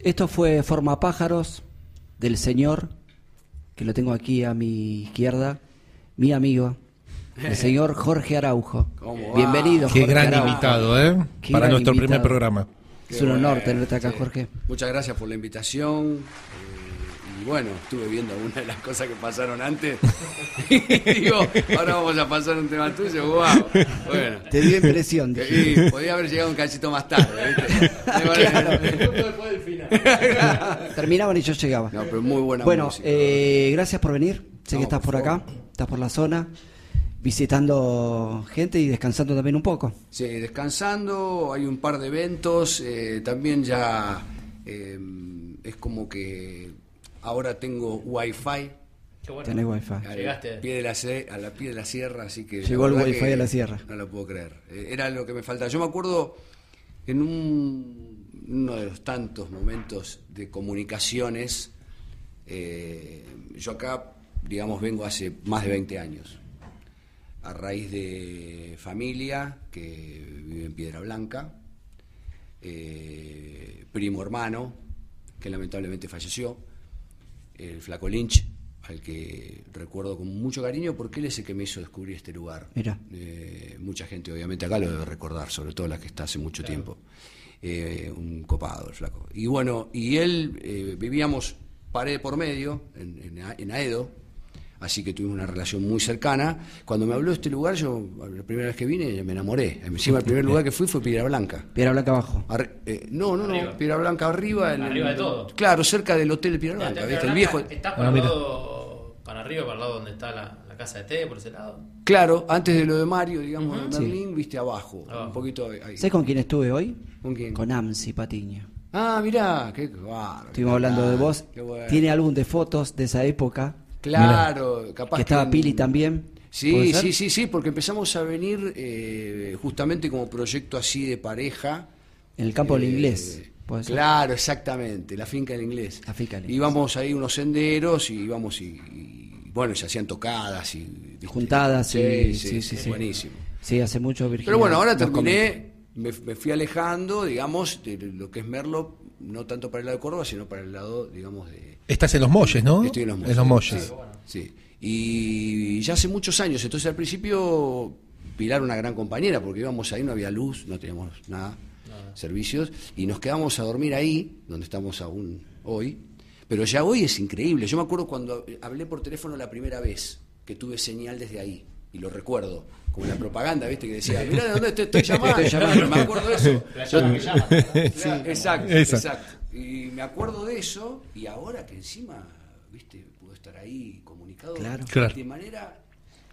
Esto fue Forma Pájaros del señor, que lo tengo aquí a mi izquierda, mi amigo, el señor Jorge Araujo. ¿Cómo va? Bienvenido, Qué Jorge gran Araujo. invitado, ¿eh? Qué Para gran nuestro invitado. primer programa. Es un honor tenerte acá, Sí. Jorge. Muchas gracias por la invitación. eh, y bueno, estuve viendo algunas de las cosas que pasaron antes. y digo, ahora vamos a pasar un tema tuyo. Wow. Bueno. Te dio impresión. dije. Y podía haber llegado un cachito más tarde, ¿viste? Terminaban y yo llegaba. No, pero muy buena bueno, música. eh, gracias por venir. Sé No, que estás por por acá, estás por la zona, visitando gente y descansando también un poco. Sí, descansando, hay un par de eventos, eh, también ya eh, es como que ahora tengo wifi Qué bueno. Tenés wifi. al Llegaste. pie de la, se- a la pie de la sierra, así que... la Llegó el verdad wifi que a la sierra. No lo puedo creer, Eh, era lo que me faltaba. Yo me acuerdo en un- uno de los tantos momentos de comunicaciones, eh, yo acá, digamos, vengo hace más de 20 años a raíz de familia que vive en Piedra Blanca, eh, primo hermano, que lamentablemente falleció, el flaco Lynch, al que recuerdo con mucho cariño porque él es el que me hizo descubrir este lugar. Mirá. Eh, mucha gente obviamente acá lo debe recordar, sobre todo la que está hace mucho tiempo. Eh, un copado el flaco. Y bueno, y él eh, vivíamos pared por medio en, en A- en Aedo, así que tuvimos una relación muy cercana. Cuando me habló de este lugar, yo la primera vez que vine me enamoré. Encima el primer lugar que fui fue Piedra Blanca. Piedra Blanca abajo. Ar- eh, no, no, no, Arriba. Piedra Blanca arriba. en- Arriba de todo. Claro, cerca del Hotel Piedra Mira, Blanca, está ¿viste? El Blanca, eh. viejo. Estás Ah, para el mira. lado, para arriba, para el lado donde está la, la casa de té, por ese lado. Claro, antes de lo de Mario, digamos, en Berlín, viste abajo, Abajo. un poquito ahí. ¿Sabes con quién estuve hoy? ¿Con quién? Con Amsi Patiño. Ah, mirá, qué bárbaro. Estuvimos hablando de vos. Ah, Qué bueno. Tiene álbum de fotos de esa época. Claro, capaz que estaba en- Pili también. Sí, ¿Puede ser? sí, sí, sí, porque empezamos a venir eh, justamente como proyecto así de pareja. En el campo del Eh, inglés. ¿puede ser? Claro, exactamente, la finca del inglés. La finca del inglés. Íbamos ahí unos senderos y íbamos y, y, bueno, se hacían tocadas y ¿viste? Juntadas y- Sí, sí, sí, sí, sí. buenísimo. Sí, hace mucho Virginia. Pero bueno, ahora nos comentó. terminé, me, me fui alejando, digamos, de lo que es Merlo, no tanto para el lado de Córdoba, sino para el lado, digamos, de, Estás en los molles, ¿no? Estoy en los molles. molles. Sí. Y ya hace muchos años, entonces al principio Pilar una gran compañera, porque íbamos ahí, no había luz, no teníamos nada, servicios, y nos quedamos a dormir ahí, donde estamos aún hoy. Pero ya hoy es increíble. Yo me acuerdo cuando hablé por teléfono la primera vez, que tuve señal desde ahí, y lo recuerdo, como la propaganda, ¿viste? Que decía, mirá de dónde te estoy llamando. Te estoy llamando. Me acuerdo de eso. La llama que llama. Sí, exacto, Esa. exacto. Y me acuerdo de eso, y ahora que encima, viste, puedo estar ahí comunicado Claro. Claro. de manera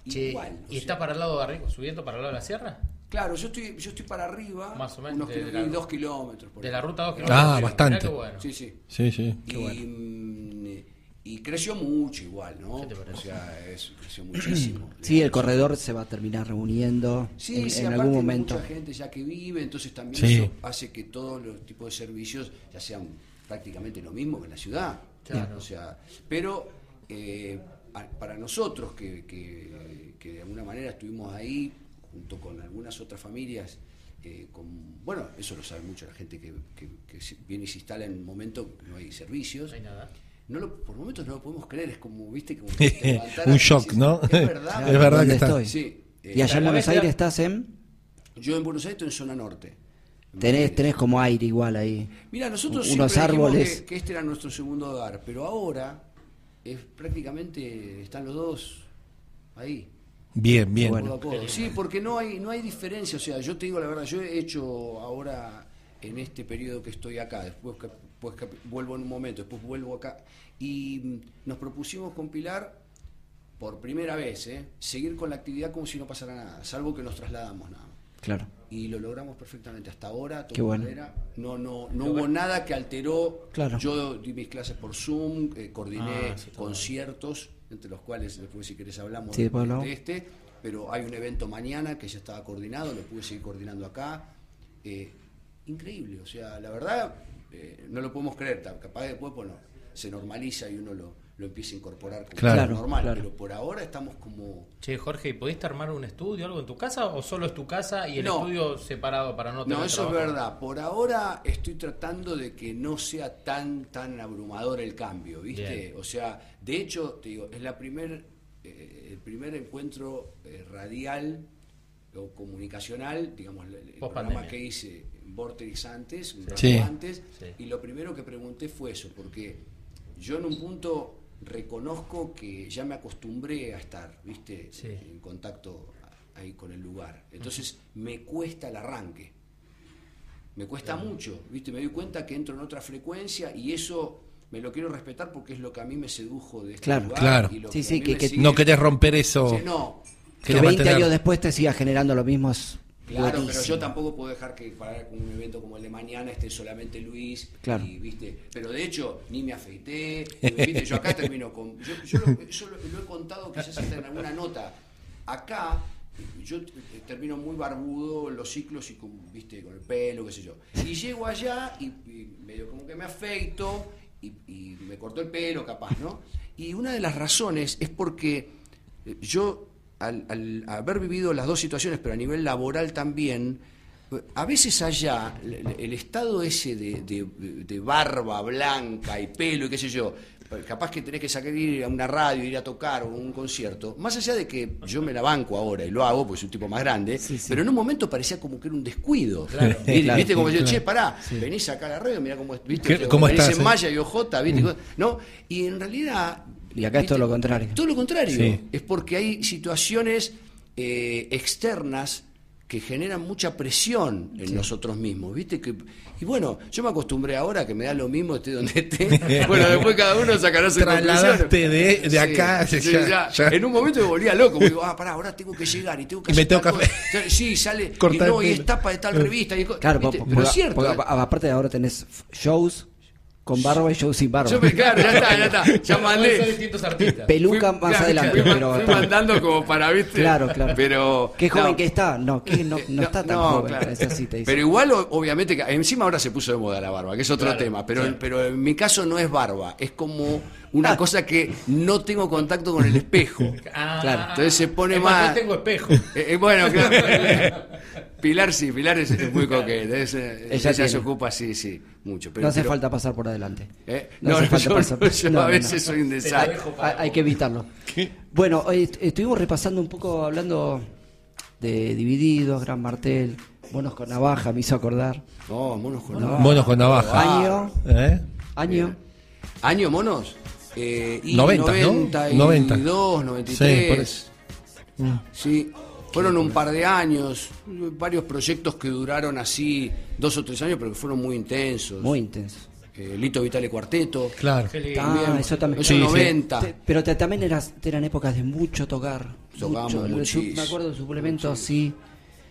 Che, igual. o ¿Y sea, está para el lado de arriba, subiendo para el lado de la sierra? Claro, yo estoy, yo estoy para arriba, Más o menos, unos de kilo- la- dos kilómetros. por De ahí. la ruta 2 Ah, bastante. bueno. Sí, sí. Sí, sí. Y, mm, y creció mucho igual, ¿no? ¿Qué te parece? O sea, es- creció muchísimo. Sí, el corredor se va a terminar reuniendo Sí, en, sí, en aparte algún hay momento. mucha gente ya que vive, entonces también Sí. eso hace que todos los tipos de servicios ya sean prácticamente lo mismo que en la ciudad. Claro. O sea, pero eh, a- para nosotros que, que- que de alguna manera estuvimos ahí junto con algunas otras familias, eh, con- bueno, eso lo sabe mucho la gente que, que- que se- viene y se instala en un momento que no hay servicios. No hay nada. No lo- por momentos no lo podemos creer, es como, viste, como que te levantaras y Un shock, decís, ¿no? Es verdad. es verdad ¿Dónde que está. estoy? Sí, eh, y allá en la Buenos vez Aires era- estás en. Yo en Buenos Aires estoy en zona norte. Tenés, tenés como aire igual ahí. Mira, nosotros unos siempre dijimos árboles. Que, que este era nuestro segundo hogar, pero ahora es prácticamente están los dos ahí. Bien, bien. Bueno. codo a codo. Sí, porque no hay no hay diferencia. O sea, yo te digo la verdad, yo he hecho ahora en este periodo que estoy acá, después que, pues que vuelvo en un momento, después vuelvo acá y mm, nos propusimos compilar por primera vez, ¿eh? seguir con la actividad como si no pasara nada, salvo que nos trasladamos nada. más Claro. y lo logramos perfectamente hasta ahora toco Qué bueno. madera. no no no hubo nada que alteró Claro. yo di mis clases por zoom eh, coordiné Ah, eso está conciertos entre los cuales después si querés hablamos Sí, de, después hablamos. de este pero hay un evento mañana que ya estaba coordinado lo pude seguir coordinando acá Eh, increíble o sea la verdad eh, no lo podemos creer ta- capaz después bueno se normaliza y uno lo lo empiece a incorporar como Claro. algo normal. Claro. Pero por ahora estamos como... Che, Jorge, ¿y ¿pudiste armar un estudio o algo en tu casa o solo es tu casa y el No. estudio separado para no tener No, eso es trabajo? verdad. Por ahora estoy tratando de que no sea tan tan abrumador el cambio, ¿viste? Bien. O sea, de hecho, te digo, es la primer eh, el primer encuentro eh, radial o comunicacional, digamos, el, el Post programa pandemia. que hice en Vortex antes, un Sí. rato antes, Sí. y lo primero que pregunté fue eso, porque yo en un punto reconozco que ya me acostumbré a estar, ¿viste? Sí. En contacto ahí con el lugar. Entonces me cuesta el arranque. Me cuesta mucho, ¿viste? Me doy cuenta que entro en otra frecuencia y eso me lo quiero respetar porque es lo que a mí me sedujo de este Claro. lugar Claro. y lo Sí, que sí, a mí que- me que- sigue- No querés romper eso. Sí, no. Que Querés 20 mantener- años después te sigas generando lo mismo. es Claro, pero buenísimo. yo tampoco puedo dejar que para un evento como el de mañana esté solamente Luis. Claro. y, ¿viste? Pero de hecho, ni me afeité. ni me- ¿viste? Yo acá termino con. Yo, yo lo, yo lo- lo he contado quizás hasta en alguna nota. Acá yo t- termino muy barbudo en los ciclos y con, ¿viste? con el pelo, qué sé yo. Y llego allá y, y medio como que me afeito y, y me corto el pelo, capaz, ¿no? Y una de las razones es porque. Eh, Yo, al, al haber vivido las dos situaciones, pero a nivel laboral también, eh, a veces allá el, el estado ese de, de- de barba blanca y pelo y qué sé yo, eh, capaz que tenés que sacar ir a una radio, ir a tocar o un concierto, más allá de que yo me la banco ahora y lo hago, porque soy un tipo más grande, pero en un momento parecía como que era un descuido. ¿Viste? Claro. ¿Viste? Como yo, che, pará, venís acá a la radio, mirá cómo, es- ¿viste? ¿Qué- cómo venís estás, en eh? malla y ojota, ¿viste? ¿No? Y en realidad... Y acá es todo lo contrario. Todo lo contrario. Sí. Es porque hay situaciones eh, externas que generan mucha presión en nosotros mismos, ¿viste? Que, y bueno, yo me acostumbré ahora que me da lo mismo esté donde esté. Bueno, después cada uno sacará su Trasladaste conclusión. de- de acá, Sí, ya- ya. ya. En un momento me volvía loco. porque digo, ah, pará, ahora tengo que llegar y tengo que... Y me hacer tengo tal que- cosa. Sí, sale... Y Cortar no, el y es pelo. tapa de tal revista. Y, co- Claro, ¿viste? po- pero es porque- cierto. porque ¿eh? a- aparte de ahora tenés f- shows con barba y shows sin barba. Yo me- claro, ya está, ya está. Ya Son mandé. distintos artistas. Peluca Fui- más claro, adelante, fui- pero fui está- mandando como para, ¿viste? Claro, claro. Pero... Qué joven no. Eh, que está. No, que no, no está tan No, joven. claro. es así, te dice. Pero igual, o- obviamente, que encima ahora se puso de moda la barba, que es otro tema, pero, pero en mi caso no es barba, es como Ah. una cosa que no tengo contacto con el espejo. Ah, Claro. Entonces se pone es más, más- No tengo espejo. Eh, eh, bueno, claro. Pilar sí, Pilar es, es muy coqueta, es, eh, Ella ella, se tiene. ocupa, sí, sí, mucho. Pero, no hace pero- falta pasar por adelante. eh, No no, hace falta yo- pasar. yo No, a no, veces no. soy un desastre. dejo Hay, hay que evitarlo. Bueno, hoy est- estuvimos repasando un poco, hablando de Divididos, Gran Martel, Bonos con Navaja, me hizo acordar. No, Oh, monos con No. navaja. Monos con navaja. Año, ¿Eh? año. ¿Año monos? Eh, y 90, ¿no? 92, 93. Sí, por eso. Ah. Sí, fueron un par de años, varios proyectos que duraron así dos o tres años, pero que fueron muy intensos. Muy intenso. Eh, Lito Vitale Cuarteto. Claro. Qué lindo. Ah, eso también. Eso Sí, sí. 90. Te- pero te- también eras, eran épocas de mucho tocar. Tocábamos mucho. Lo- su- muchísimo. me acuerdo de suplemento así.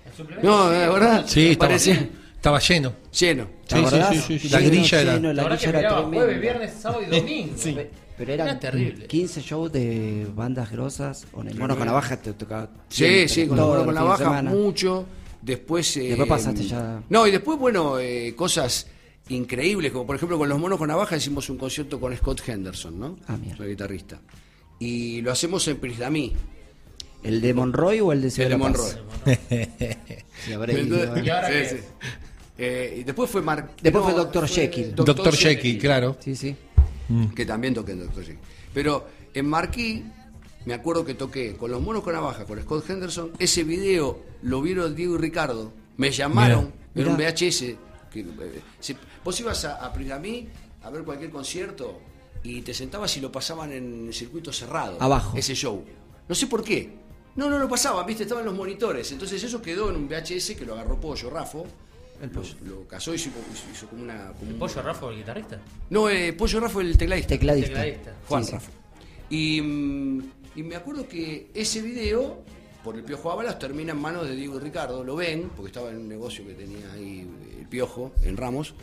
El suplemento, No, de verdad. Sí, estaba, Parecía estaba lleno. lleno. ¿Te Sí, sí, acordás? sí, sí, sí. Lleno, La grilla era- lleno, La, la verdad que grilla era miraba jueves, tremenda. viernes, sábado y domingo. Pero eran Era terrible. 15 shows de bandas grosas. O en el mono con la baja te tocaba. Sí, sí, con la, todo con la el fin de baja semana. mucho. Después. eh, Después pasaste ya- No, y después, bueno, eh, cosas increíbles, como por ejemplo con los monos con navaja hicimos un concierto con Scott Henderson, ¿no? Ah, mierda. El guitarrista. Y lo hacemos en Prislamí, ¿El de Monroy o el de el Ciudad de de la Paz? Monroy. Sí, habré ido, Entonces- ¿Y ¿eh? ahora sí, qué sí. es? Eh, y después fue Mar... Después fue Dr. Jekyll. Dr. Doctor Jekyll, claro. Sí, sí. Mm. Que también toqué en Dr. Jekyll. Pero en Marquí, me acuerdo que toqué con los monos con navaja, con Scott Henderson. Ese video lo vieron Diego y Ricardo. Me llamaron Mirá. en un VHS. que, eh, si- vos ibas a, a Prislamí a ver cualquier concierto y te sentabas y lo pasaban en circuito cerrado. Abajo. Ese show. No sé por qué. No, no lo pasaban, viste, estaban los monitores. Entonces eso quedó en un VHS que lo agarró Pollo, Rafo. Lo, lo casó y hizo, hizo como una. como un- Pollo Rafa, el guitarrista. No, eh, Pollo Rafo, el tecladista. Tecladista. Tecladista. Juan Sí, sí. Rafa. Y, mm, y me acuerdo que ese video, por el Piojo Ábalas, termina en manos de Diego y Ricardo. Lo ven, porque estaba en un negocio que tenía ahí el Piojo, en Ramos.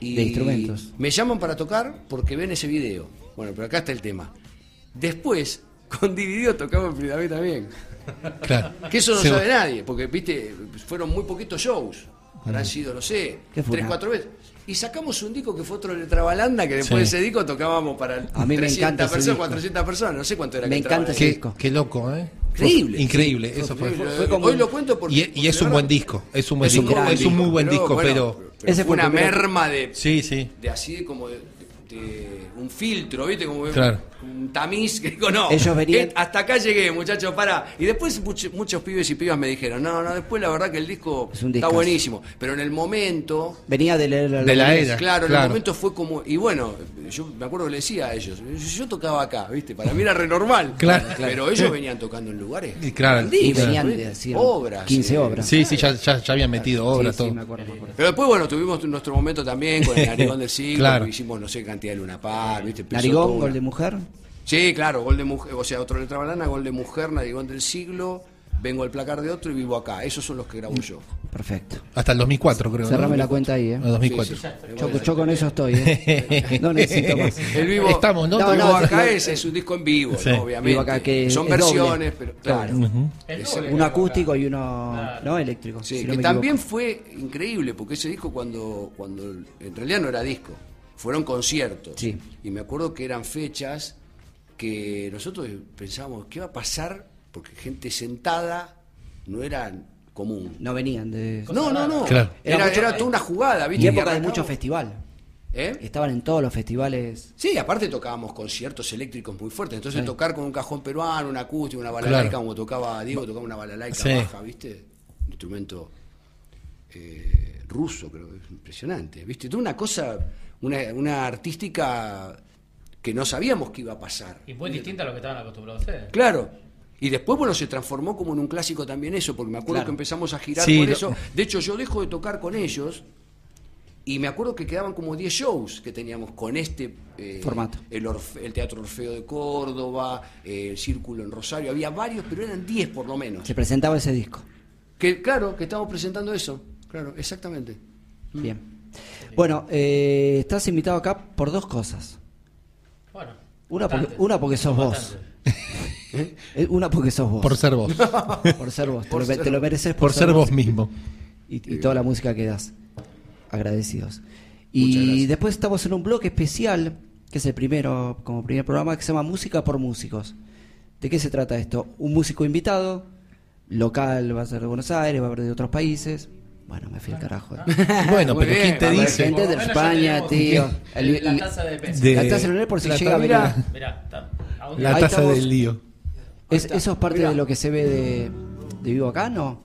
Y De instrumentos. Me llaman para tocar porque ven ese video. Bueno, pero acá está el tema. Después, con Dividido tocamos en Fridavid también. Claro. Que eso no Se- sabe nadie, porque, viste, fueron muy poquitos shows. Habrán sido, no sé, ¿Qué fue tres, una- cuatro veces. Y sacamos un disco que fue otro de Trabalanda, que después Sí. de ese disco tocábamos para A mí me encanta ese personas, disco. 400 personas, no sé cuánto era. Me que encanta Trabalanda. ese Qué, disco. qué loco, ¿eh? Increíble. Increíble, eso fue. Increíble. fue como- Hoy lo cuento porque... Y, y es un buen disco, es un buen Es un disco, gran es un muy buen disco, bueno, pero... Ese fue una el primero. merma de, Sí, sí. de así de como de, de un filtro, ¿viste? Como Claro. un tamiz que digo, no. Ellos venían- eh, hasta acá llegué, muchachos, para. Y después much- muchos pibes y pibas me dijeron, no, no, después la verdad que el disco Es un está discazo. buenísimo. Pero en el momento. Venía de leer De la era. Claro, en claro. el momento fue como. Y bueno, yo me acuerdo que le decía a ellos, yo tocaba acá, ¿viste? Para mí era re normal. Claro. Pero ellos venían tocando en lugares. Y claro. Y grandísimos, venían de ¿viste? decir, obras. 15 eh, obras. Sí, sí, ya, ya, ya habían metido obras, sí, todo. sí, me acuerdo, me acuerdo. Pero después, bueno, tuvimos nuestro momento también con el Narigón del Siglo, Claro. que hicimos no sé cantidad de Luna Par, ¿viste? Empezó toda Narigón, una- gol de mujer. Sí, claro, gol de mujer, o sea, otro letra banana, gol de mujer, Narigón del Siglo, vengo al placar de otro y vivo acá. Esos son los que grabo yo. Perfecto. Hasta el 2004, creo. ¿no? Cerrame la cuenta ahí, ¿eh? No, 2004. Yo, yo con eso estoy, ¿eh? No necesito más. El vivo, Estamos, ¿no? el vivo No, no, acá sí, es, es un disco en vivo, Sí. ¿no? obviamente. Vivo acá que son es doble. versiones, pero claro. El Ese- doble que Uno acá. acústico y uno no eléctrico. Sí, si no que me también equivoco. fue increíble, porque ese disco cuando, cuando en realidad no era disco, fueron conciertos. Sí. Y me acuerdo que eran fechas que nosotros pensábamos, ¿qué va a pasar? Porque gente sentada no era común. no venían de. No, no, no. Claro. Era, Era mucho- era toda una jugada, Y ¿viste? Y época de arrancamos- mucho festival. ¿Eh? Estaban en todos los festivales. Sí, aparte tocábamos conciertos eléctricos muy fuertes. Entonces Sí. tocar con un cajón peruano, una acústica, una balalaica, Claro. como tocaba Diego, tocaba una balalaica Sí. baja, ¿viste? Un instrumento eh, ruso, creo que es impresionante, ¿viste? Toda una cosa, una, una artística que no sabíamos que iba a pasar. Y muy distinta a lo que estaban acostumbrados ustedes. Claro. Y después, bueno, se transformó como en un clásico también eso, porque me acuerdo Claro. que empezamos a girar Sí, por lo- eso. De hecho, yo dejo de tocar con ellos y me acuerdo que quedaban como 10 shows que teníamos con este eh, Formato. El, Orfe- el Teatro Orfeo de Córdoba, eh, el Círculo en Rosario, había varios, pero eran 10 por lo menos. Se presentaba ese disco. Que claro, que estamos presentando eso. Claro, exactamente. Bien. Bueno, eh, estás invitado acá por dos cosas. Bueno. Una porque, bastante. una porque sos vos. Bastante. Eh, Una porque sos vos. Por ser vos. Por ser vos. Te, Por lo, ser te lo vos. mereces por, Por ser vos mismo. Y, y toda la música que das. Agradecidos. Muchas Y gracias. después estamos en un bloque especial, que es el primero, como primer programa, que se llama Música por Músicos. ¿De qué se trata esto? Un músico invitado, local, va a ser de Buenos Aires, va a haber de otros países. Bueno, me fui al carajo. eh. Bueno, Muy pero ¿quién bien, te va, Hay dice? gente de Por lo menos España, ya tenemos tío. El- la el- taza de peso. de- la taza de Leonel por si La llega a tabla. mirar. Mirá, está. a un- La Ahí taza estamos. del lío. Es- eso es parte Mirá. de lo que se ve de, de vivo acá, ¿no?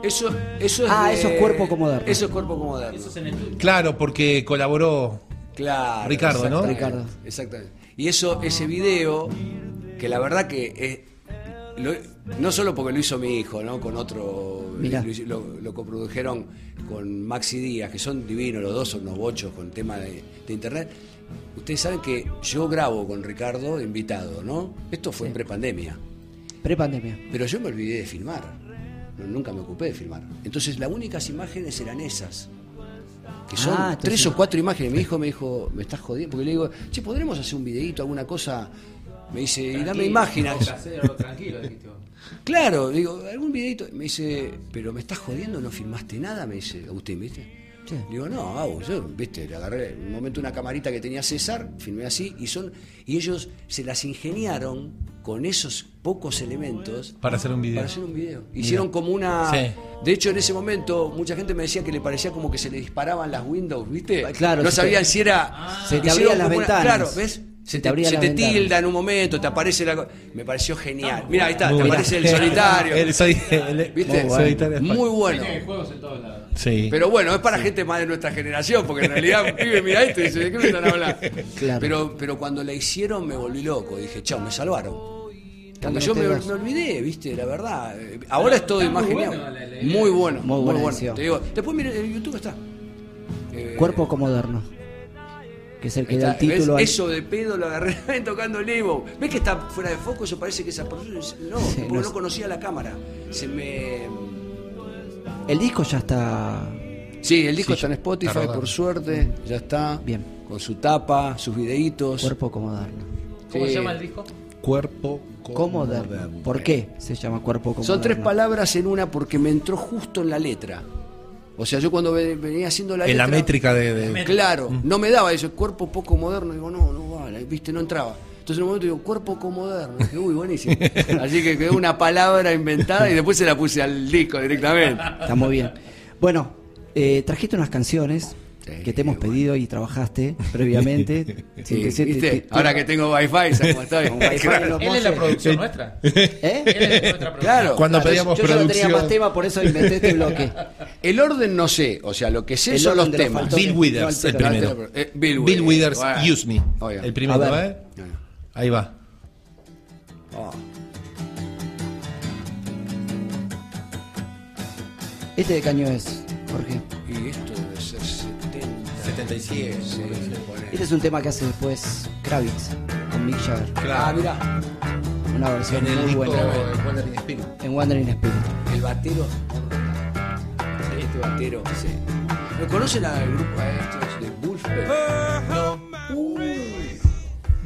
Eso, eso es. Ah, de- eso es cuerpo moderno. Eso es cuerpo moderno. Eso es en el- Claro, porque colaboró. Claro. Ricardo, ¿no? exactamente, Ricardo. Exactamente. Y eso, ese video, que la verdad que eh, lo- no solo porque lo hizo mi hijo, ¿no? Con otro. Mirá. lo hizo- Lo, lo coprodujeron con Maxi Díaz, que son divinos, los dos son unos bochos con tema de, de internet. Ustedes saben que yo grabo con Ricardo invitado, ¿no? Esto fue en prepandemia. Pre-pandemia. Pero yo me olvidé de filmar. No, nunca me ocupé de filmar. Entonces las únicas imágenes eran esas. Que son Ah, entonces- tres o cuatro imágenes. Mi hijo me dijo, me estás jodiendo. Porque le digo, che, ¿podremos hacer un videíto, alguna cosa? Me dice, y dame tranquilo, imágenes. tengo que hacer algo Tranquilo, dijiste vos. Claro, digo, algún videito. Me dice, pero me estás jodiendo, no filmaste nada, me dice Agustín, ¿viste? Sí. Digo, no, Agus, yo, viste, le agarré en un momento una camarita que tenía César, filmé así, y son, y ellos se las ingeniaron con esos pocos elementos Para hacer un video. para hacer un video. Hicieron como una. Sí. De hecho, en ese momento, mucha gente me decía que le parecía como que se le disparaban las Windows, ¿viste? Ah, claro, no se sabían te- si era. se te hicieron abrían las como una- ventanas. Claro, ¿ves? Se Se te te, abrían se las te ventanas. tilda en un momento, te aparece la. co- Me pareció genial. Mira, ahí está, te Muy bien. aparece el solitario. El, soli- el- ¿Viste? el solitario de España. Muy bueno. Tiene juegos en todos lados. Sí. Pero bueno, es para gente más de nuestra generación, porque en realidad, pibe, mira esto y dice, ¿de qué me están hablando? Claro. Pero, pero cuando la hicieron me volví loco, dije, chao, me salvaron. Cuando Cambiaste yo me, dos. me olvidé, viste, la verdad. Eh, Ahora es todo está muy imaginado. bueno la- la- Muy bueno, Muy muy buena bueno. edición. Te digo, después mire, en YouTube está. Eh, Cuerpo moderno. Que es el que está, da el título ¿ves? al- Eso de pedo lo agarré tocando el Evo. ¿Ves que está fuera de foco? Eso parece que esa persona. No, Sí, porque no no, es- conocía la cámara. Se me. El disco ya está. Sí, el disco Sí, está en ya- está Spotify, rodando. por suerte, ya está. Bien. Con su tapa, sus videitos. Cuerpo moderno. ¿Cómo Sí. se llama el disco? Cuerpo Comoderno. ¿Por qué se llama cuerpo moderno? Son tres palabras en una porque me entró justo en la letra. O sea, yo cuando ve- venía haciendo la En la letra- métrica de. de- métrica. Claro, no me daba eso, cuerpo poco moderno, digo, no, no vale, viste, no entraba. Entonces en un momento digo, cuerpo poco moderno, dije, uy, buenísimo. Así que quedó una palabra inventada y después se la puse al disco directamente. Está muy bien. Bueno, eh, trajiste unas canciones Sí, que te hemos bueno. pedido y trabajaste previamente. Sí, Sin que se te- ¿viste? te- te- Ahora que tengo wifi, ¿sabes cómo estoy? Con wifi Claro. en los Él es la mozos. producción nuestra. ¿Eh? Él es nuestra producción. Claro. Cuando Claro, pedíamos yo ya no tenía producción. más tema, por eso inventé este bloque. El orden no sé, o sea, lo que sé El orden son los de los temas. faltones. Bill Withers, el No, altera, primero. pero- eh, Bill Bill Withers, Withers, bueno. Oh, Use Me. Oiga. El primero, A ver. ¿eh? Ahí va. Ah. Este de caño es, Jorge. Y esto debe ser 70. 77. Sí, Este es un tema que hace después Kravitz con Mick Jagger. Ah, mirá, Una versión muy buena. En Wandering Spirit. el batero. Este batero, sí. ¿Lo conocen al grupo a estos de Bullfrey?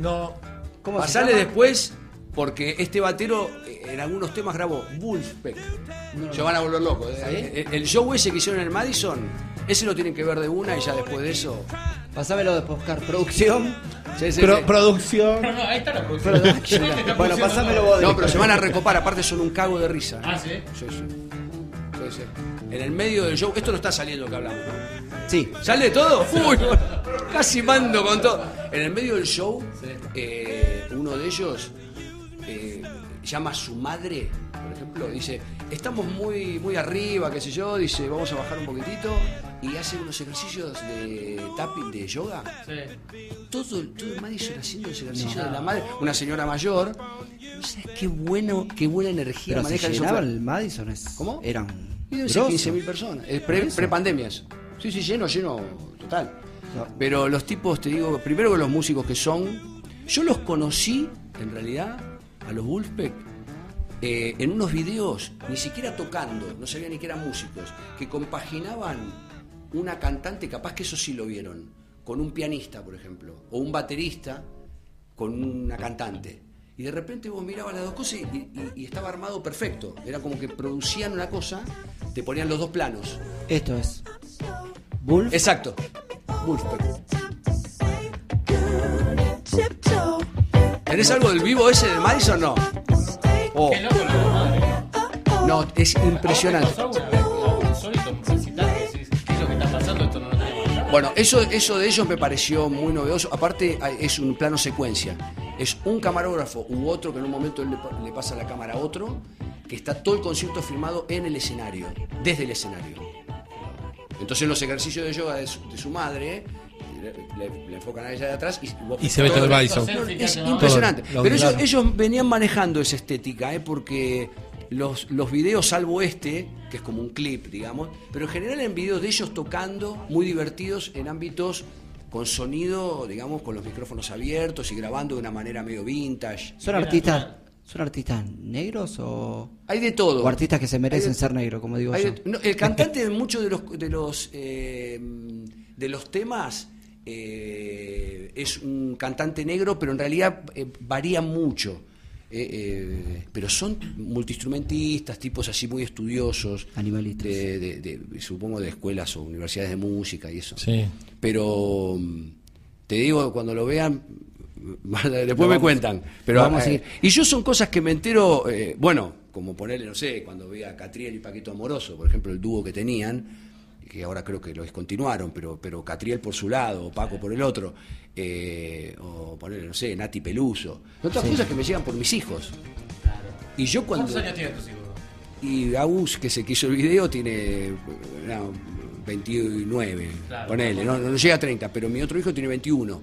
No. ¿Cómo se Pasale llama? después, porque este batero eh, en algunos temas grabó Wolfpack. Se van a volver locos. eh. El, el show ese que hicieron en el Madison, ese lo tienen que ver de una y ya después de eso. Pásamelo después, Oscar. Producción. Sí, sí, sí. Pro- producción. No, no, ahí está la producción. Production. Este está bueno, produciendo pásamelo todo. vos. No, director. pero se van a recopar, aparte son un cago de risa. Ah, ¿sí? Sí, sí. Sí, sí. En el medio del show, esto no está saliendo lo que hablamos. ¿no? Sí. ¿Sale todo? Uy, casi mando con todo. En el medio del show, eh, uno de ellos eh, llama a su madre, por ejemplo, dice, estamos muy, muy arriba, qué sé yo, dice, vamos a bajar un poquitito, y hace unos ejercicios de tapping, de yoga. Sí. Todo, el- todo el Madison haciendo ese ejercicio de la madre, una señora mayor. No sabes qué bueno, qué buena energía Pero se maneja llenaba el Madison. Es... ¿Cómo? Eran Y deben ser grosos. 15.000 personas. Eh, pre, Eso. prepandemias. Sí, sí, lleno, lleno, total. No. Pero los tipos, te digo, primero que los músicos que son. Yo los conocí, en realidad, a los Wolfpack, eh, en unos videos, ni siquiera tocando, no sabía ni que eran músicos, que compaginaban una cantante, capaz que eso sí lo vieron, con un pianista, por ejemplo, o un baterista con una cantante. Y de repente vos mirabas las dos cosas y, y- y estaba armado perfecto. Era como que producían una cosa, te ponían los dos planos. Esto es. Wolf. Exacto. Wolfpack. ¿Tenés algo del vivo ese de Madison no? Oh. Qué loco lo de la madre. No, es impresionante. ¿A vos te pasó alguna vez como insólito un recital que decís, ¿Qué es lo que está pasando? Esto no lo tenemos. Bueno, eso, eso de ellos me pareció muy novedoso. Aparte, hay- es un plano secuencia. Es un camarógrafo u otro que en un momento él le, pa- le pasa la cámara a otro, que está todo el concierto filmado en el escenario, desde el escenario. Entonces, los ejercicios de yoga de su, de su madre eh, le, le- le enfocan a ella de atrás y, vos- Y se ve todo el Madison. no, es Todo, impresionante. lo Pero ellos, ondularon. ellos venían manejando esa estética, ¿eh? porque los, los videos, salvo este, que es como un clip, digamos, pero en general en videos de ellos tocando, muy divertidos en ámbitos con sonido, digamos, con los micrófonos abiertos y grabando de una manera medio vintage. ¿Son artistas, ¿Son artistas negros o, Hay de todo. o artistas que se merecen Hay de- ser negros, como digo Hay yo? de- no, el cantante de muchos de los de los eh, de los temas eh, es un cantante negro, pero en realidad eh, varía mucho. Eh, eh, pero son multiinstrumentistas, tipos así muy estudiosos, Animalitos. de- de- de- supongo de escuelas o universidades de música y eso. Sí. Pero mm, te digo, cuando lo vean, después me cuentan. Pero lo vamos a eh, seguir. Y yo son cosas que me entero, eh, bueno, como ponerle, no sé, cuando vi a Catriel y Paquito Amoroso, por ejemplo, el dúo que tenían, que ahora creo que lo descontinuaron, pero, pero Catriel por su lado, o Paco por el otro, eh, o ponerle, no sé, Nati Peluso. Son todas cosas que me llegan por mis hijos. Y yo cuando. ¿Cuántos años tienen tus hijos? Y Agus, que se quiso el video, tiene eh, no, 29, Claro. ponele, no, no llega a 30, pero mi otro hijo tiene 21.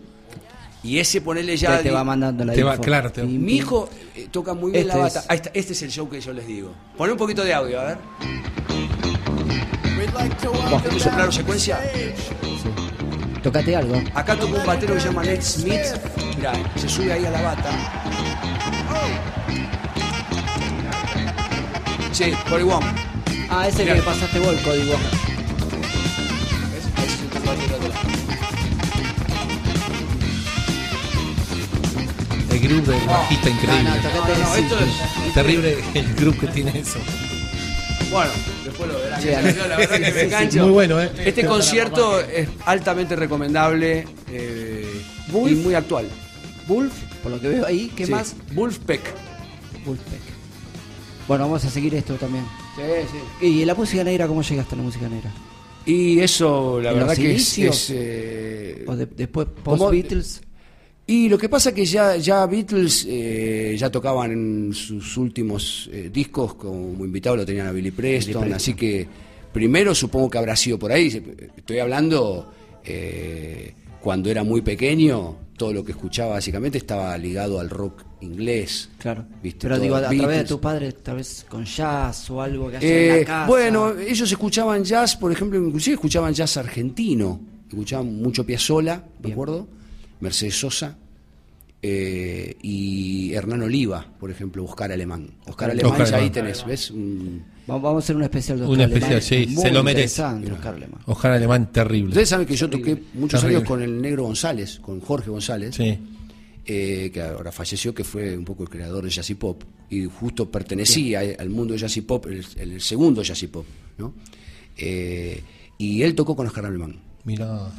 Y ese ponele Te- ya... Este te di- va mandando la Te va- info. claro, te- Pim, pim. mi hijo eh, toca muy bien Este la es- bata. Ahí está, este es el show que yo les digo. Poné un poquito de audio, a ver. Vos, ¿Hizo plano secuencia? Tocate algo. Acá toca un batero que se llama Ned Smith. Mirá, se sube ahí a la bata. Sí, por igual. Ah, ese que Mirá. me pasaste vos el código. ¿Ves? Ahí se sube un batero atrás. El grupo de bajista No, increíble. no, no, no, esto es- Terrible el grupo que tiene eso. Bueno, después lo verás. Sí, la a mí- verdad que me engancho. Muy bueno, ¿eh? Este concierto es altamente recomendable eh, y muy actual. Wolf, por lo que veo ahí, ¿qué Sí. más? Wolfpack. Wolfpack. Bueno, vamos a seguir esto también. Sí, sí. ¿Y la música negra, cómo llegaste a la música negra? Y eso, la ¿En los verdad que es... inicios? es, eh, ¿O de- después ¿Cómo? post-Beatles? Y lo que pasa que ya, ya Beatles eh, ya tocaban en sus últimos eh, discos, como invitado lo tenían a Billy Preston, Preston. así que primero supongo que habrá sido por ahí. Se- Estoy hablando eh, cuando era muy pequeño, todo lo que escuchaba básicamente estaba ligado al rock inglés. Claro. ¿Viste? Pero Todo digo, a, a través de Beatles. tus padres, tal vez con jazz o algo que haya en Eh, la casa. bueno, ellos escuchaban jazz, por ejemplo, inclusive escuchaban jazz argentino, escuchaban mucho Piazzolla, me Bien. acuerdo, Mercedes Sosa eh, y Hernán Oliva, por ejemplo, Oscar Alemán. Oscar Alemán, Oscar ya ahí Alemán. tenés, ¿ves? Un- Vamos, vamos a hacer un especial de Un Oscar especial, Alemán. sí, Muy se lo merece. interesante, Oscar Alemán. Ojalá alemán terrible. Ustedes saben que yo toqué muchos Terrible. años con el negro González, con Jorge González. Sí. eh, que ahora falleció, que fue un poco el creador de jazz y pop, y justo pertenecía al mundo de jazz y pop, el, el segundo jazz y pop, ¿no? Eh, y él tocó con Oscar Alemán, Mirá.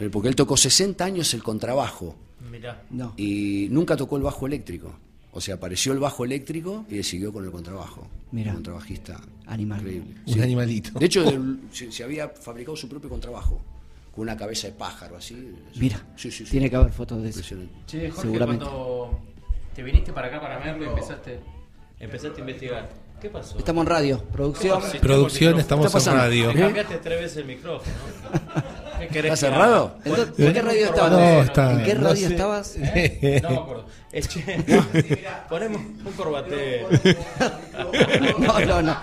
eh, porque él tocó 60 años el contrabajo Mirá. No. y nunca tocó el bajo eléctrico. O sea, apareció el bajo eléctrico y siguió con el contrabajo. Mirá. Un Contrabajista Animal. increíble. Un Sí. animalito. De hecho, del- se, se había fabricado su propio contrabajo, con una cabeza de pájaro así. Mira, Sí, sí, sí. tiene que haber fotos de eso. Impresionante. Che, Jorge, Seguramente. cuando te viniste para acá, para Merlo, empezaste, empezaste a investigar. ¿Qué pasó? Estamos en radio, producción. Sí. Producción, ¿Qué estamos está en pasando? radio. Me cambiaste tres veces el micrófono. ¿Qué querés ¿Está que cerrado? haga? Entonces, ¿Eh? ¿En qué radio estabas? No, está- ¿En qué no radio sé. estabas? ¿Eh? No me acuerdo. Eh, che, ponemos un corbatero. No, no, no.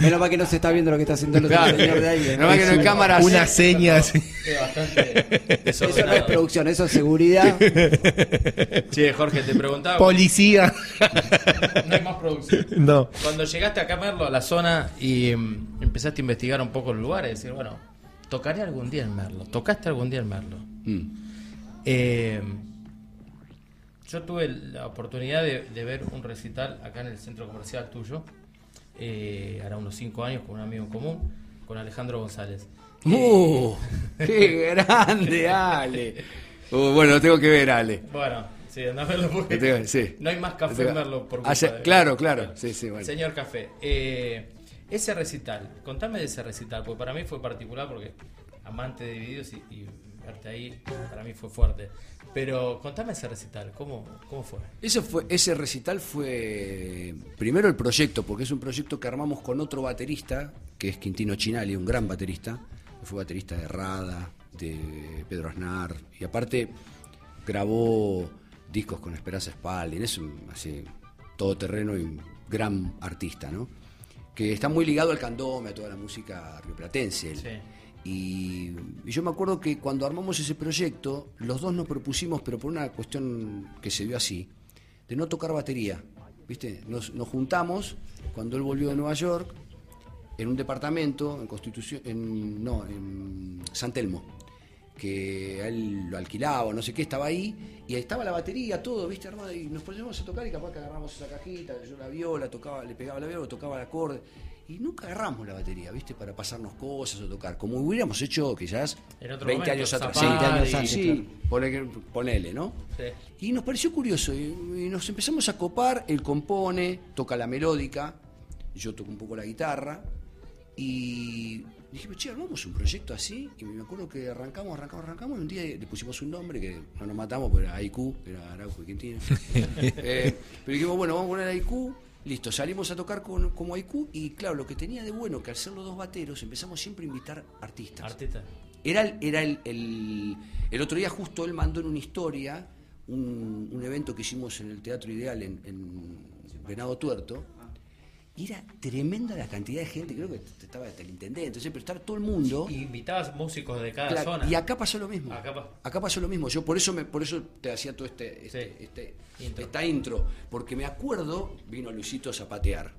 Menos mal que no se está viendo lo que está haciendo el otro Claro. señor de ahí. ¿eh? Menos mal que no hay cámaras. Una seña así. Es bastante Eso no es desordenado. producción, eso es seguridad. Che, Jorge, te preguntaba. Policía. No hay más producción. No. Cuando llegaste acá a Merlo, a la zona, y mm, empezaste a investigar un poco el lugar, y decir, bueno, tocaré algún día en Merlo. ¿Tocaste algún día en Merlo? Mm. Eh, yo tuve la oportunidad de, de ver un recital acá en el centro comercial tuyo, eh, hará unos 5 años, con un amigo en común, con Alejandro González. Eh. ¡Uh! ¡Qué grande, Ale! Uh, bueno, lo tengo que ver, Ale. Bueno, sí, andá a verlo porque Lo tengo- Este, sí. no hay más Lo café tengo- en Merlo por culpa Hace- de- claro, claro. Sí, sí, bueno. Señor Café, eh, ese recital, contame de ese recital, porque para mí fue particular, porque amante de videos y, y verte ahí, para mí fue fuerte. Pero contame ese recital, ¿cómo, cómo fue? Ese, fue, ese recital fue primero el proyecto, porque es un proyecto que armamos con otro baterista, que es Quintino Chinali, un gran baterista. que Fue baterista de Rada, de Pedro Aznar, y aparte grabó discos con Esperanza Spalding, es un así, todoterreno y un gran artista, ¿no? Que está muy ligado al candome, a toda la música rioplatense. él. Sí. Y, y yo me acuerdo que cuando armamos ese proyecto, los dos nos propusimos, pero por una cuestión que se dio así, de no tocar batería. ¿Viste? Nos, nos juntamos cuando él volvió de Nueva York, en un departamento, en Constitución, en, no, en San Telmo, que a él lo alquilaba, no sé qué, estaba ahí, y ahí estaba la batería, todo, ¿viste? Armado, y nos poníamos a tocar y capaz que agarramos esa cajita, yo la viola, tocaba, le pegaba la viola, tocaba el acorde, y nunca agarramos la batería, ¿viste? Para pasarnos cosas o tocar, como hubiéramos hecho quizás En 20 otro momento, años atrás. zapar 20 años antes, sí, ponele, ponele, ¿no? Y nos pareció curioso, y, y nos empezamos a copar, él compone, toca la melódica, yo toco un poco la guitarra, y dijimos, che, armamos un proyecto así, y me acuerdo que arrancamos, arrancamos, arrancamos, y un día le pusimos un nombre, que no nos matamos, porque era IQ, era Araujo y Quintino. Eh, pero dijimos, bueno, vamos a poner IQ, listo, salimos a tocar con, como IQ, y claro, lo que tenía de bueno, que al ser los dos bateros, empezamos siempre a invitar artistas. Artista. Era, el, era el, el- el otro día justo él mandó en una historia un, un evento que hicimos en el Teatro Ideal en, en Venado Tuerto. Y era tremenda la cantidad de gente, creo que t- estaba hasta el intendente, ¿sí? pero estaba todo el mundo. Y invitabas músicos de cada Claro, zona. y acá pasó lo mismo. Acá pa- pasó lo mismo. Yo por eso me, por eso te hacía todo este, este- Sí. este- Intro. esta intro. Porque me acuerdo, vino Luisito a zapatear.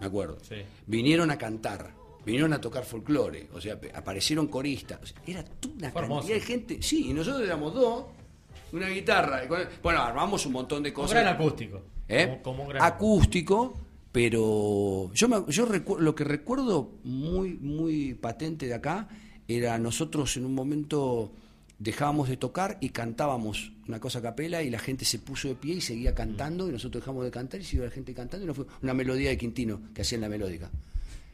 Me acuerdo. Sí. Vinieron a cantar. Vinieron a tocar folclore. O sea, pe- aparecieron coristas. O sea, era toda una cantidad Fue hermoso. de gente. Sí, y nosotros éramos dos, una guitarra. y con- Bueno, armamos un montón de un cosas. gran acústico. ¿eh? Como, como un gran acústico Pero yo, me- yo recu- lo que recuerdo muy, muy patente de acá era nosotros en un momento dejábamos de tocar y cantábamos una cosa a capela y la gente se puso de pie y seguía cantando y nosotros dejamos de cantar y siguió la gente cantando y no fue una melodía de Quintino que hacía en la melódica.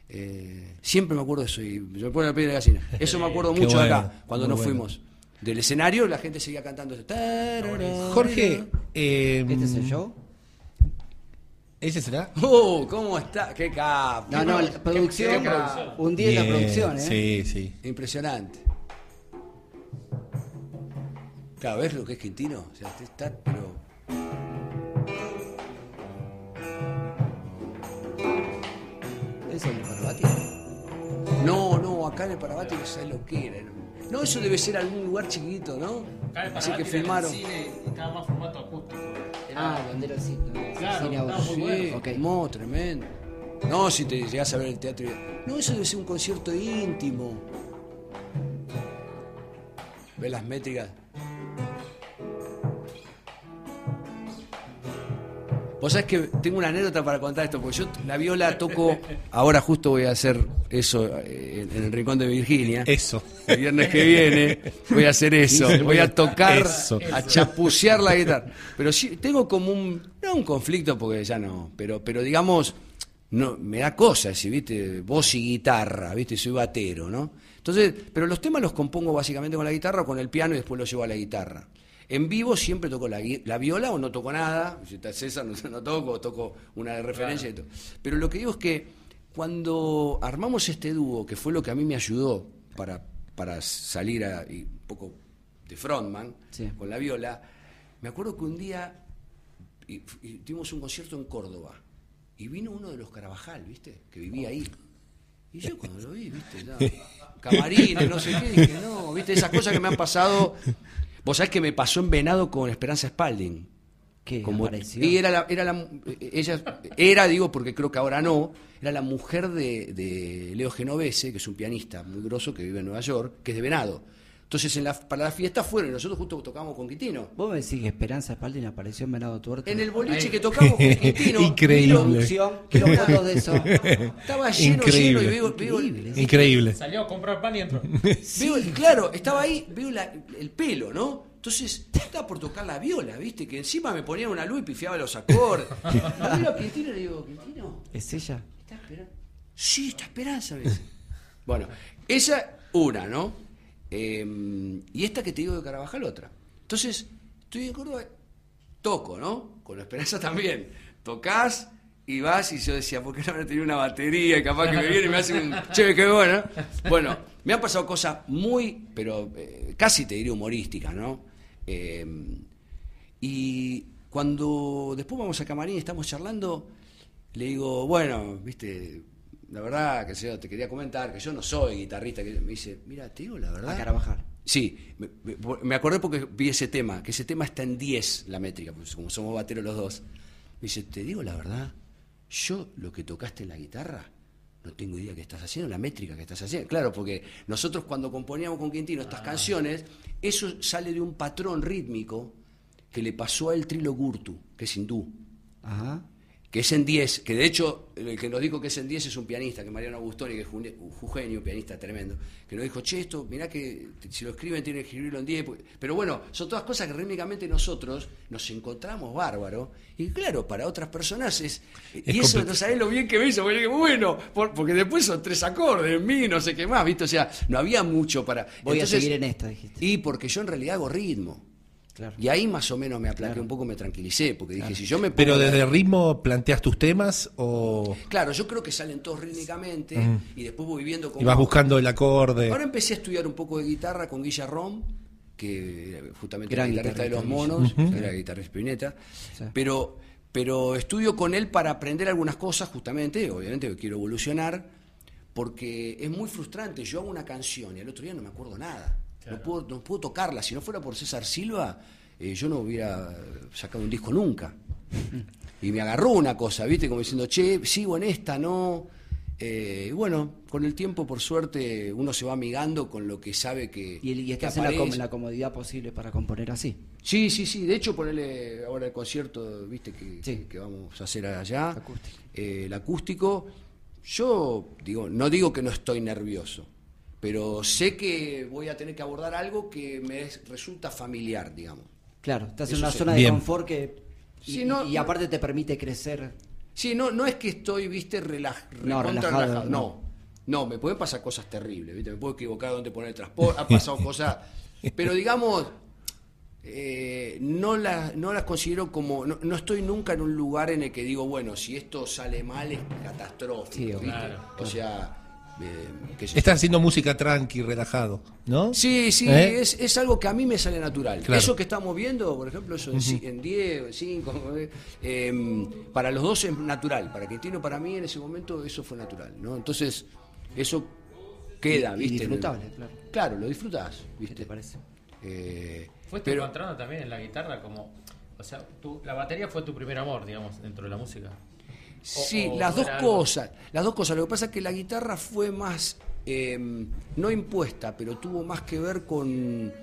Eh, siempre me acuerdo de eso y me pone la piel de gallina. Eso me acuerdo Qué mucho de bueno, acá, cuando muy nos bueno. fuimos. Del escenario la gente seguía cantando. Jorge, eh, ¿Este es Mm. el show? ¿Ese será? ¡Oh! ¿Cómo está? ¡Qué capo! No, no, la producción. qué producción. Un 10 la Bien, producción, ¿eh? Sí, sí. Impresionante. Claro, ¿ves lo que es Quintino? O sea, este está, pero. Es el de Parvati. No, no, acá en el Parabati no sabés lo que era. No, eso debe ser algún lugar chiquito, ¿no? Así que filmaron. Estaba más formato acústico. Ah, donde era el cine. Claro, cine estaba muy sí. bueno. Ok. No, tremendo. No, si te llegás a ver el teatro. y- No, eso debe ser un concierto íntimo. ¿Ves las métricas? Vos sabés que tengo una anécdota para contar esto, porque yo la viola toco. Ahora justo voy a hacer eso eh, en el rincón de Virginia. Eso. El viernes que viene voy a hacer eso. Sí, Voy a tocar, eso. a chapucear la guitarra. Pero sí, tengo como un. No un conflicto, porque ya no. Pero, pero digamos, no, me da cosas, si viste, voz y guitarra, viste, soy batero, ¿no? Entonces, pero los temas los compongo básicamente con la guitarra o con el piano y después los llevo a la guitarra. En vivo siempre toco la, gui- la viola o no toco nada. Si está César, no, no toco, toco una de referencia. y todo. Pero lo que digo es que cuando armamos este dúo, que fue lo que a mí me ayudó para, para salir a- y un poco de frontman Sí. con la viola, me acuerdo que un día y- y tuvimos un concierto en Córdoba y vino uno de los Carabajal, ¿viste? Que vivía ahí. Y yo cuando lo vi, ¿viste? Ya, camarines, no sé qué, dije, no, ¿viste? Esas cosas que me han pasado. Vos sabés que me pasó en Venado con Esperanza Spalding. ¿Qué? Como- apareció? y era la, era la mu- ella era digo porque creo que ahora no era la mujer de, de Leo Genovese que es un pianista muy grosso que vive en Nueva York que es de Venado entonces en la, para la fiesta fueron y nosotros justo tocamos con Quintino Vos me decís que Esperanza Spalding apareció en Venado Tuerto. en el boliche Ahí. que tocamos con Quintino Increíble. Producción, quiero fotos de eso. estaba lleno Increíble. lleno y veo, veo- Increíble. Salió a comprar pan y entró. veo- claro estaba ahí veo la- el pelo no entonces estaba por tocar la viola viste que encima me ponían una luz y pifiaba los acordes Lo miro a Quintino y le digo Quintino ¿Es ella? ¿Está Esperanza? Sí, está Esperanza, me dice. bueno, esa una, ¿no? Eh, y esta que te digo de Carabajal, otra. Entonces, estoy en Córdoba, toco, ¿no? Con Esperanza también. Tocás y vas, y yo decía, ¿por qué no habrá tenido una batería? Y Capaz que me viene y me hace un chévere, qué bueno. Bueno, me han pasado cosas muy, pero eh, casi te diría humorísticas, ¿no? Eh, y cuando después vamos a camarín y estamos charlando, le digo, bueno, viste, la verdad que yo te quería comentar que yo no soy guitarrista. Que me dice, mira, te digo la verdad. A Carabajal. Sí, me, me- me acordé porque vi ese tema, que ese tema está en 10 la métrica, pues como somos bateros los dos. Me dice, te digo la verdad, yo lo que tocaste en la guitarra, no tengo idea qué estás haciendo, la métrica que estás haciendo. Claro, porque nosotros cuando componíamos con Quintino estas canciones, eso sale de un patrón rítmico que le pasó a el Trilo Gurtu, que es hindú Ajá. que es en 10, que de hecho el que nos dijo que es en 10 es un pianista, que Mariano Agustoni, que es un, un jujeño, un pianista tremendo, que nos dijo, che, esto, mirá que t- si lo escriben tienen que escribirlo en 10. porque-". Pero bueno, son todas cosas que rítmicamente nosotros nos encontramos bárbaro. Y claro, para otras personas es... y eso complicado. no sabés lo bien que me hizo, porque dije, bueno, por- porque después son tres acordes, mi, no sé qué más, ¿viste? O sea, no había mucho para... Voy Entonces- a seguir en esta, dijiste. Y porque yo en realidad hago ritmo. Claro. Y ahí más o menos me aplaqué un poco, me tranquilicé, porque dije, si yo me... pongo Pero a- desde el ritmo planteas tus temas o Claro, yo creo que salen todos rítmicamente y después voy viendo cómo. y vas buscando el acorde. Ahora empecé a estudiar un poco de guitarra con Guilla Rom, que era justamente Gran el guitarrista de los guitarrista, monos, era guitarrista Spinetta, Sí. pero, pero estudio con él para aprender algunas cosas, justamente, obviamente quiero evolucionar, porque es muy frustrante. Yo hago una canción y al otro día no me acuerdo nada. No, puedo, no puedo tocarla. Si no fuera por César Silva, eh, yo no hubiera sacado un disco nunca. Y me agarró una cosa, ¿viste? Como diciendo, che, sigo en esta, no. Eh, y bueno, con el tiempo, por suerte, uno se va amigando con lo que sabe que. Y, y que estás en la, com- aparece. en la comodidad posible para componer así. Sí, sí, sí. De hecho, ponerle ahora el concierto, viste, que, Sí. que vamos a hacer allá. Acústico. Eh, el acústico. Yo digo, no digo que no estoy nervioso, pero sé que voy a tener que abordar algo que me es- resulta familiar, digamos. Claro, estás en Eso una sí. zona Bien. de confort que. Y, Sí, no- y aparte te permite crecer. Sí, no, no es que estoy, viste, relaj No, recontra relajado, relajado. no. No. no, me pueden pasar cosas terribles, viste, me puedo equivocar dónde poner el transporte, ha pasado cosas, pero digamos, eh, no, las, no las considero como, no, no estoy nunca en un lugar en el que digo, bueno, si esto sale mal es catastrófico, Sí, ¿viste? claro, o sea, eh, qué sé yo. Estás haciendo música tranqui, relajado, ¿no? Sí, sí, ¿Eh? es, es algo que a mí me sale natural. Claro. Eso que estamos viendo, por ejemplo, eso en ci- en 10, o en 5, eh, em, para los dos es natural. Para Quintino, para mí en ese momento eso fue natural. ¿no? Entonces, eso queda, Y- y ¿viste? disfrutable, claro. Claro, lo disfrutás, ¿viste? ¿Qué te parece? Eh, Fuiste pero, encontrando también en la guitarra como. O sea, tu- la batería fue tu primer amor, digamos, dentro de la música. Sí, o- o las dos era algo- cosas. Las dos cosas. Lo que pasa es que la guitarra fue más, eh, no impuesta, pero tuvo más que ver con,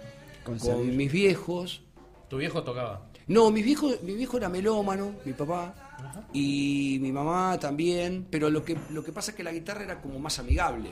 Con servir. con mis viejos. Tu viejo tocaba. No, mi viejo, mi viejo era melómano, mi papá, y mi mamá también, pero lo que, lo que pasa es que la guitarra era como más amigable.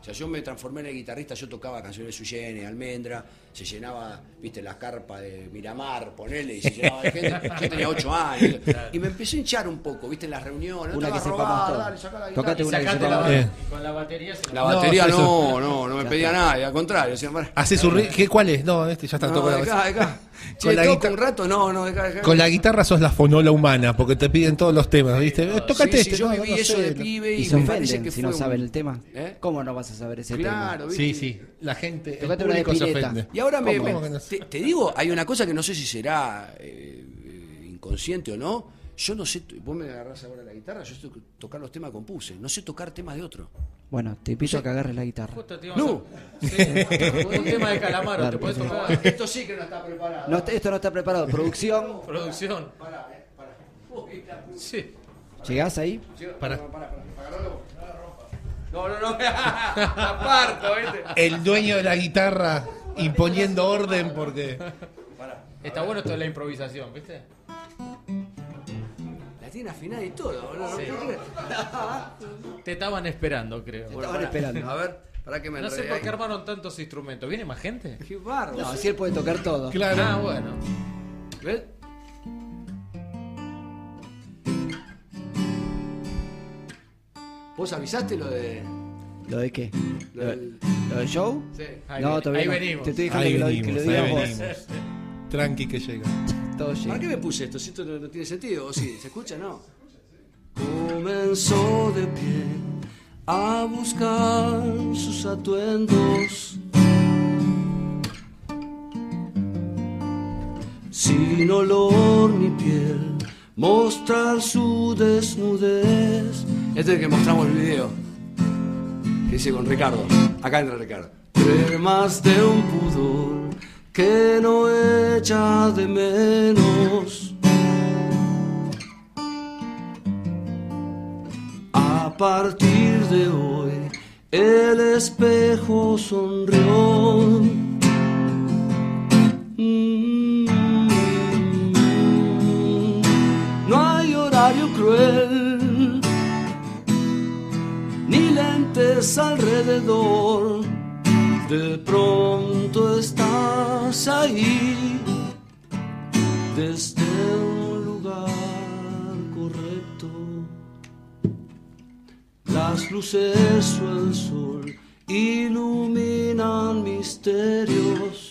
O sea, yo me transformé en el guitarrista, yo tocaba canciones de Suyene, Almendra, se llenaba, viste, la carpa de Miramar, ponele, y se llenaba de gente. Yo tenía ocho años. Y me empecé a hinchar un poco, viste, en las reuniones. Una "No te que vas a sepamos robar, todo. dale, sacá la guitarra". Tocate Y una que sacaste se la llama- ba- Eh. y con la batería se La la- batería No, no, eso- no, no, me pedía nada, al contrario, decía, "Pará". ¿Haces un ri- ¿Qué, ¿Cuál es? No, este ya está No, tocando. dejá, dejá. Che, Con la toco guita- un rato, no, no, dejá, dejá. Con la guitarra sos la fonola humana, porque te piden todos los temas, ¿viste? Eh, tócate Sí, sí, este. yo no, viví no eso sé, de no. pibe y Y se me parece ofenden que si fue no un- saben el tema. ¿Eh? ¿Cómo no vas a saber ese Claro, ¿viste? Sí, sí. La gente, el Tocate una de público se Spinetta. ofende. Y ahora me, ¿Cómo? me- ¿Cómo que no sé? te, te digo, hay una cosa que no sé si será eh, eh, inconsciente o no. Yo no sé, t- vos me agarrás ahora la guitarra, yo sé to- tocar los temas que compuse, no sé tocar temas de otro. tema? Bueno, te invito a que agarres la guitarra. Justo te íbamos No. a- Sí, un tema de calamaro, Claro, te podés por tocar. Esto sí que no está preparado. No, está- esto no está preparado. Producción, Producción. Sí. ¿llegás ahí? Pará. No, no, no. Aparto, ¿viste? El dueño de la guitarra imponiendo orden porque. Está bueno esto de la improvisación, ¿viste? La tiene afinada y todo, boludo. Sí. No, puedo creer. Te estaban esperando, creo. Bueno, Estaban esperando. A ver, para que me No sé enredé por qué ahí. armaron tantos instrumentos. ¿Viene más gente? Qué bárbaro. No, así él puede tocar todo. Claro. Ah, bueno. ¿Ves? ¿Vos avisaste lo de.? ¿Lo de qué? Lo del- ¿Lo del show? Sí. Ahí, no, ven- todavía ahí no. venimos. Te estoy dejando Ahí que lo, que venimos, lo digas ahí vos. venimos. Tranqui que llega. Todo llega. ¿Para qué me puse esto? Si esto no, no tiene sentido, ¿o sí? ¿Se escucha? No. Comenzó de pie a buscar sus atuendos. Sin olor ni piel, mostrar su desnudez. Este es el que mostramos el video. Que hice con Ricardo. Acá entra Ricardo. Cremas de un pudor que no echa de menos. A partir de hoy, el espejo sonrió. Mm. No hay horario cruel, ni lentes alrededor. De pronto estás ahí, desde un lugar correcto. Las luces o el sol iluminan misterios.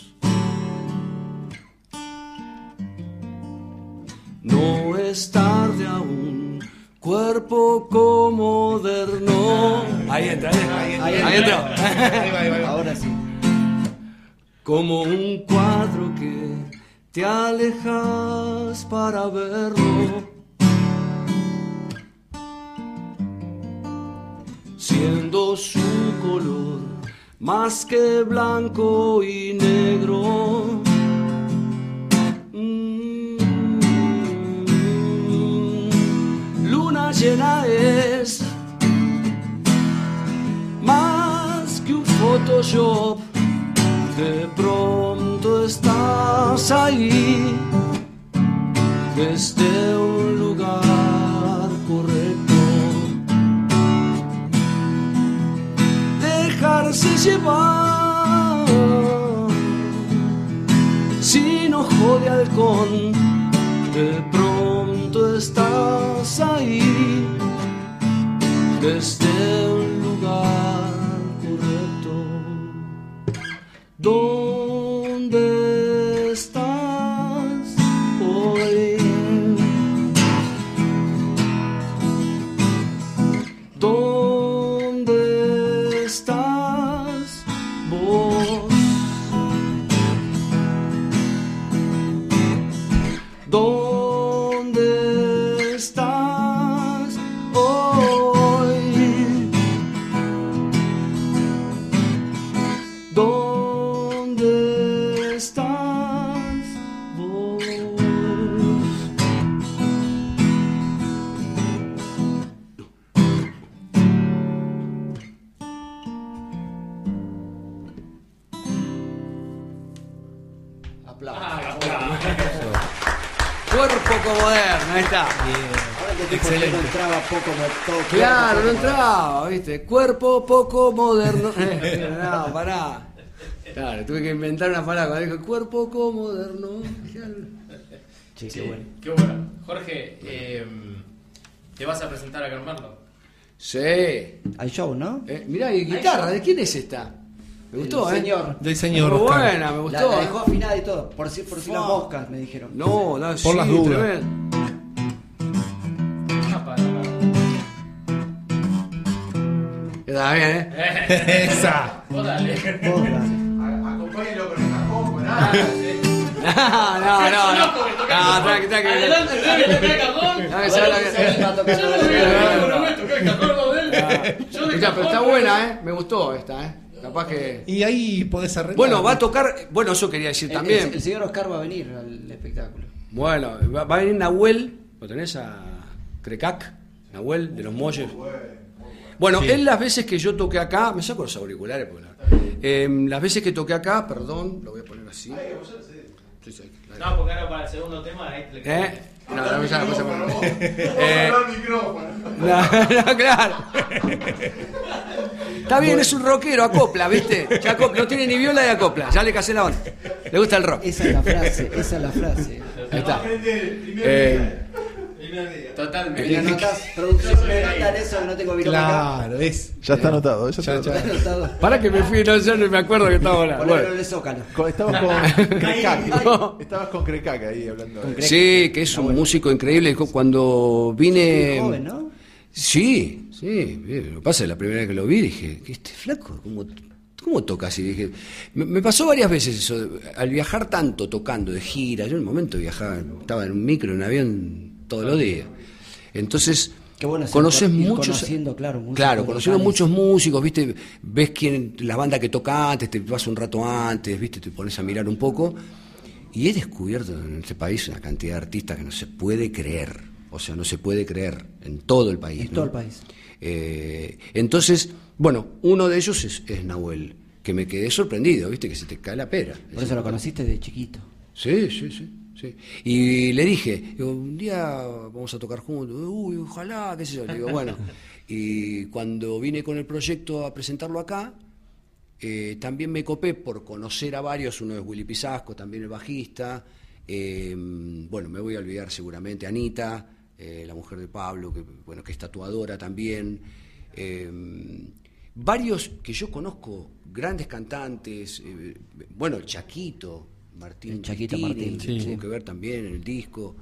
No es tarde aún, cuerpo como moderno. Ahí entra, eh. ahí entra, ahí entra. Ahí entra. Ahí va, ahí va, ahí va. Ahora sí. como un cuadro que te alejas para verlo. Siendo su color más que blanco y negro. Mm, Luna llena es pero yo de pronto estás ahí desde un lugar correcto. Dejarse llevar sin ojo de halcón. De pronto estás ahí desde un lugar correcto. ¿Dónde estás hoy? ¿Dónde estás vos? ¿Dónde estás hoy? ¿Dónde estás vos? Cuerpo como moderno, ahí está. Ahora que tipo que no entraba poco, me todo Claro, no entraba, ¿viste? Cuerpo poco moderno. Eh, no, pará. Claro, tuve que inventar una palabra. Dijo, cuerpo poco moderno. Che, qué Sí, bueno. qué bueno. Jorge, eh, ¿te vas a presentar acá en Merlo? Sí. Eh, Al show, ¿no? mirá, y guitarra, ¿de quién es esta? Me gustó, El ¿eh? señor. Del señor Muy Oscar. buena, me La- gustó. La, ¿eh? dejó afinada y todo. Por si, por si las Fua. moscas, me dijeron. No, no, Por las dudas. tremendo. Ah, para, para. Está bien, ¿eh? Esa. Vos dale. Ah, Moscas. Acompáñelo con el cajón, con algo. No, no, no. No, no tranqui, tranqui. Adelante, dale, toca el cajón. No, que eh. se va la- Yo no voy a pero no voy a tocar el cajón, no, dale. Yo de Escuchá, pero está cajón, buena, ¿eh? Me gustó esta, ¿eh? Capaz que... Y ahí podés arreglar. Bueno, va a tocar... Bueno, eso quería decir El- también. El, el señor Oscar va a venir al espectáculo. Bueno, va, va a venir Nahuel, ¿lo tenés a Crecac? Nahuel, de los Molles. Bueno, él las veces que yo toqué acá, me saco los auriculares, porque la- Em, las veces que toqué acá, perdón, lo voy a poner así. Sí, sí, claro. No, porque ahora para el segundo tema ahí te le ¿Eh? No, no, no, ya la cosa por- Eh, Vamos al micrófono. no, no, claro. Está bien, es un rockero, acopla, ¿viste? Ya acopla, no tiene ni viola y acopla, ya le casé la onda. Le gusta el rock. Esa es la frase, esa es la frase. Ahí está. Gente, el primer Eh, día. Primer día. Me Totalmente. la notas, producción, me notan eso que no tengo virome acá. Claro, es. Ya está anotado, eso Ya, está ya. ¿Lo has notado? Para que me fui, no, yo no me acuerdo que estaba hablando. Ponelo en Bueno. el zócalo. Con- Estabas con Crecac. No. Estabas con Crecac ahí hablando. Con Crecac. Sí, que es un músico increíble. Co- Cuando vine. Muy joven, ¿no? Sí, sí. eh, Lo que pasa es la primera vez que lo vi dije, ¿qué este flaco? ¿Cómo, cómo toca así? Dije, me, me pasó varias veces eso. de- Al viajar tanto tocando de gira, yo en un momento viajaba, estaba en un micro, en un avión todos los días. Entonces, Ah. Qué bueno es conoces ir muchos. conociendo, claro, músicos claro, conociendo locales. muchos músicos, viste, ves quién, las bandas que toca antes, te vas un rato antes, viste, te pones a mirar un poco. Y he descubierto en este país una cantidad de artistas que no se puede creer. O sea, no se puede creer en todo el país. En ¿no? todo el país. Eh, entonces, bueno, uno de ellos es, es Nahuel, que me quedé sorprendido, viste, que se te cae la pera. Por eso lo conociste de chiquito. Sí, sí, sí. sí. Y le dije, digo, un día vamos a tocar juntos, uy, ojalá, qué sé yo. Le digo, bueno. Y cuando vine con el proyecto a presentarlo acá, eh, también me copé por conocer a varios, uno es Willy Pisasco, también el bajista, eh, bueno, me voy a olvidar seguramente, Anita, eh, la mujer de Pablo, que, bueno, que es tatuadora también, eh, varios que yo conozco, grandes cantantes, eh, bueno, el Chaquito, Martín, El Chaquito Martínez, Martín, que sí. tuvo que ver también en el disco,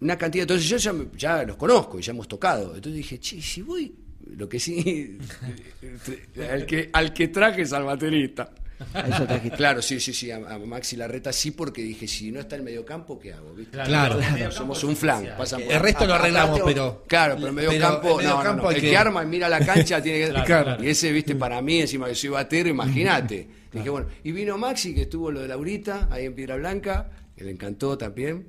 una cantidad, entonces yo ya, me- ya los conozco y ya hemos tocado, entonces dije, che, si voy... Lo que sí, al que, al que traje es al baterista. A eso trajiste. Claro, sí, sí, sí, a, a Maxi Larreta sí, porque dije, si no está el mediocampo, ¿qué hago? ¿Viste? Claro. Somos un flan, pasan por- El resto lo arreglamos, Aparte, pero. Claro, pero el el mediocampo, no, no, mediocampo no, hay el que- que arma y mira la cancha tiene que... Claro, claro. Y ese, viste, para mí, encima que soy batero, imagínate. Dije, bueno, y vino Maxi, que estuvo lo de Laurita, ahí en Piedra Blanca, que le encantó también.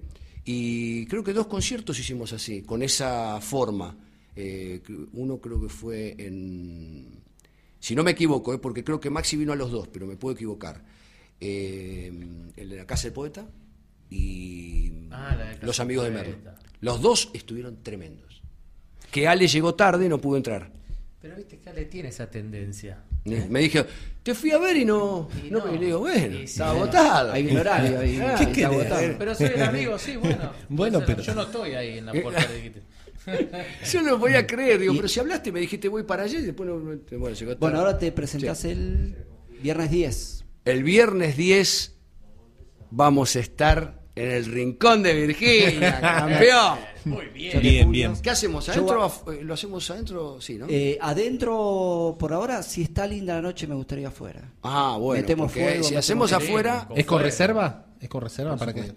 Y creo que dos conciertos hicimos así, con esa forma. Eh, uno creo que fue en... Si no me equivoco, ¿eh? porque creo que Maxi vino a los dos, pero me puedo equivocar. Eh, el de la Casa del Poeta y Ah, la de Casa Los del Amigos de Poeta. Merlo. Los dos estuvieron tremendos. Que Ale llegó tarde y no pudo entrar. Pero viste que Ale tiene esa tendencia. Eh, Me dije, te fui a ver y no. Y no, no. Y le digo, bueno, Y sí, estaba bueno, agotado. Hay un horario ahí. Ah, está querés? agotado. Pero soy el amigo, sí, bueno. Bueno, O sea, pero- Yo no estoy ahí en la puerta de Iquique. Yo no lo podía creer, digo, pero si hablaste, me dijiste voy para allá y después no. no- Bueno, llegó tarde. Bueno, ahora te presentás el viernes 10. El viernes 10 vamos a estar en el rincón de Virginia, campeón. Muy bien. Bien, bien. ¿Qué hacemos? Yo ¿Adentro? af- eh, ¿Lo hacemos adentro? Sí, ¿no? Eh, adentro, por ahora, si está linda la noche, me gustaría afuera. ah, bueno. metemos porque fuego, si metemos hacemos queremos, afuera, con ¿Es con fuego. reserva? ¿Es con reserva para que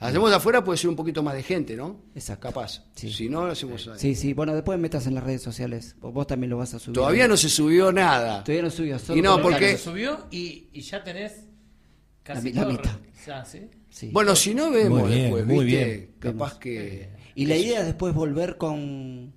hacemos afuera puede ser un poquito más de gente, ¿no? Exacto. Capaz. Sí. Si no, lo hacemos adentro. Sí, sí, bueno, después metas en las redes sociales. Vos, vos también lo vas a subir. Todavía no se subió nada. Todavía no subió. solo Y no, comentarios. porque- Subió y, y ya tenés casi La mi- la todo re- mitad. Ya, ¿sí? Sí. Bueno, si no, vemos Muy bien, después, muy ¿viste? bien. Capaz que. y la idea es después volver con.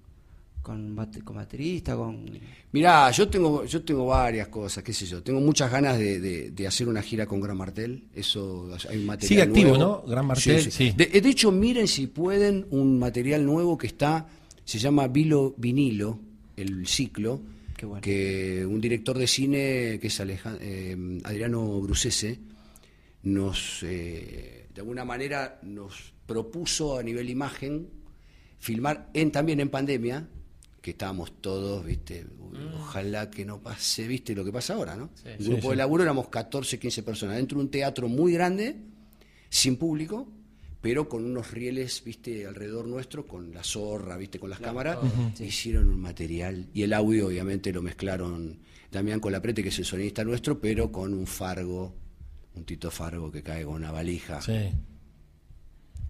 con, bate- con baterista, con. Mirá, yo tengo, yo tengo varias cosas, qué sé yo. Tengo muchas ganas de, de- de hacer una gira con Gran Martel. Eso hay un material. Sigue activo, nuevo. ¿no? Gran Martel, sí. De, de hecho, miren si pueden un material nuevo que está, se llama Vilo Vinilo, el ciclo. Qué bueno. Que un director de cine, que es Aleja- eh, Adriano Brucese, nos eh, de alguna manera nos propuso a nivel imagen filmar en también en pandemia que estábamos todos viste uy, ojalá que no pase viste lo que pasa ahora no el grupo de laburo éramos 14 15 personas dentro de un teatro muy grande sin público pero con unos rieles viste alrededor nuestro con la zorra viste con las cámaras hicieron un material y el audio obviamente lo mezclaron Damián Colaprete que es el sonista nuestro pero con un fargo un Tito Fargo que cae con una valija Sí.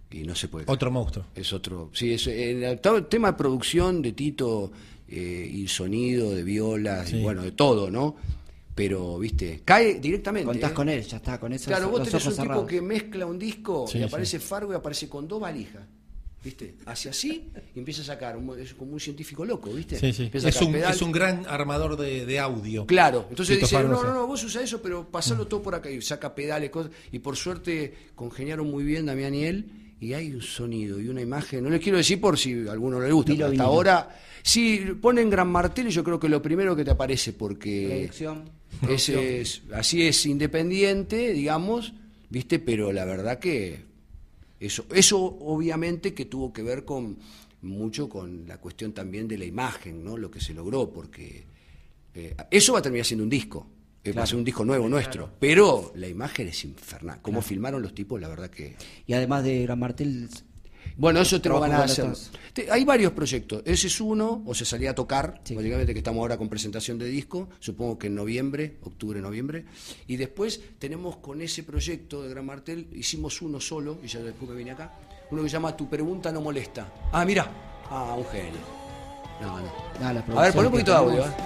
y no se puede. creer. Otro monstruo. Es otro. Sí, es, en el to- tema de producción de Tito eh, y sonido de violas y Sí. bueno, de todo, ¿no? Pero, viste, cae directamente. Contás ¿eh? con él, ya está, con eso. Claro, vos los tenés ojos un cerrados. tipo que mezcla un disco Sí, y sí. aparece Fargo y aparece con dos valijas. ¿Viste? Hacia así y empieza a sacar. un- es como un científico loco, ¿viste? Sí, sí. Empieza a Es sacar un, pedal. es un gran armador de, de audio. Claro, entonces Tito dice, Fargo, no, sí. Mm. no, no, vos usa eso, pero pasalo todo por acá y saca pedales, cosas. Y por suerte congeniaron muy bien Damián y él, y hay un sonido y una imagen. No les quiero decir por si a alguno le gusta, Dilo, pero dilo. hasta ahora, si ponen Gran Martel, yo creo que lo primero que te aparece, porque Producción. es, es- así es independiente, digamos, viste, pero la verdad que eso, eso obviamente que tuvo que ver con mucho con la cuestión también de la imagen, ¿no? Lo que se logró, porque eh, eso va a terminar siendo un disco, eh, va a ser un disco nuevo nuestro, pero la imagen es infernal. Como filmaron los tipos, la verdad que Y además de Gran Martel. bueno, eso tengo Trabajo ganas de con hacerlo. Te- Hay varios proyectos. Ese es uno, o se salía a tocar, Sí. básicamente que estamos ahora con presentación de disco, supongo que en noviembre, octubre, noviembre. Y después tenemos con ese proyecto de Gran Martel, hicimos uno solo, y ya después me vine acá, uno que se llama Tu pregunta no molesta. Ah, mira. Ah, un genio. No, no. nada, la A producción ver, pon un que poquito de audio. tenemos.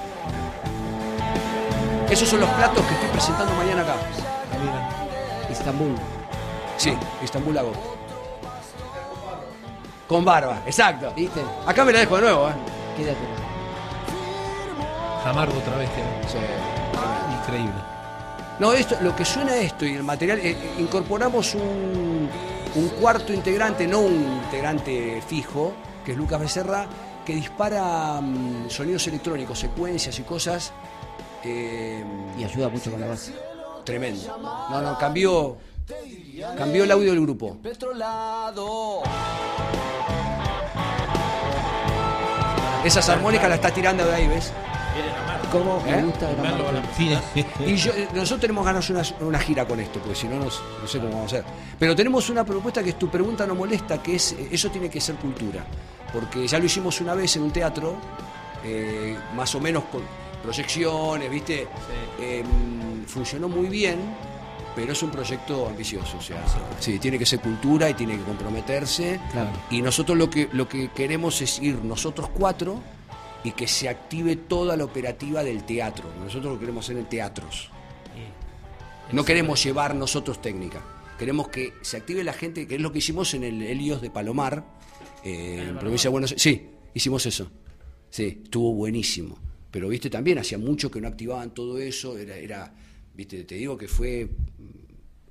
¿eh? Esos son los platos que estoy presentando mañana acá. Estambul. Sí, Ah, Estambul Lago. Con barba, exacto. ¿Viste? Acá me la dejo de nuevo, ¿eh? Quédate. Amargo otra vez. que- Increíble. No, esto, lo que suena esto y el material, eh, incorporamos un, un cuarto integrante, no un integrante fijo, que es Lucas Becerra, que dispara mm, sonidos electrónicos, secuencias y cosas. eh, Y ayuda mucho con la base. tremendo. No, no, cambió, cambió el audio del grupo. Petrolado. Esas armónicas las está tirando de ahí, ¿ves? ¿Cómo ¿Eh? me gusta Gran Verlo con Martel? la- Sí, Y yo- nosotros tenemos ganas de una, una gira con esto, porque si no, nos- no sé cómo vamos a hacer. Pero tenemos una propuesta que es tu pregunta no molesta, que es, eh, eso tiene que ser cultura. Porque ya lo hicimos una vez en un teatro, eh, más o menos con proyecciones, ¿viste? Eh, funcionó muy bien, pero es un proyecto ambicioso. O sea, sí, tiene que ser cultura y tiene que comprometerse. Claro. Y nosotros lo que, lo que queremos es ir nosotros cuatro y que se active toda la operativa del teatro. Nosotros lo queremos hacer en teatros. No queremos llevar nosotros técnica. Queremos que se active la gente, que es lo que hicimos en el Helios de Palomar, eh, en provincia de Buenos Aires. Sí, hicimos eso. Sí, estuvo buenísimo. Pero, viste, también hacía mucho que no activaban todo eso, era, era viste, te digo que fue mm,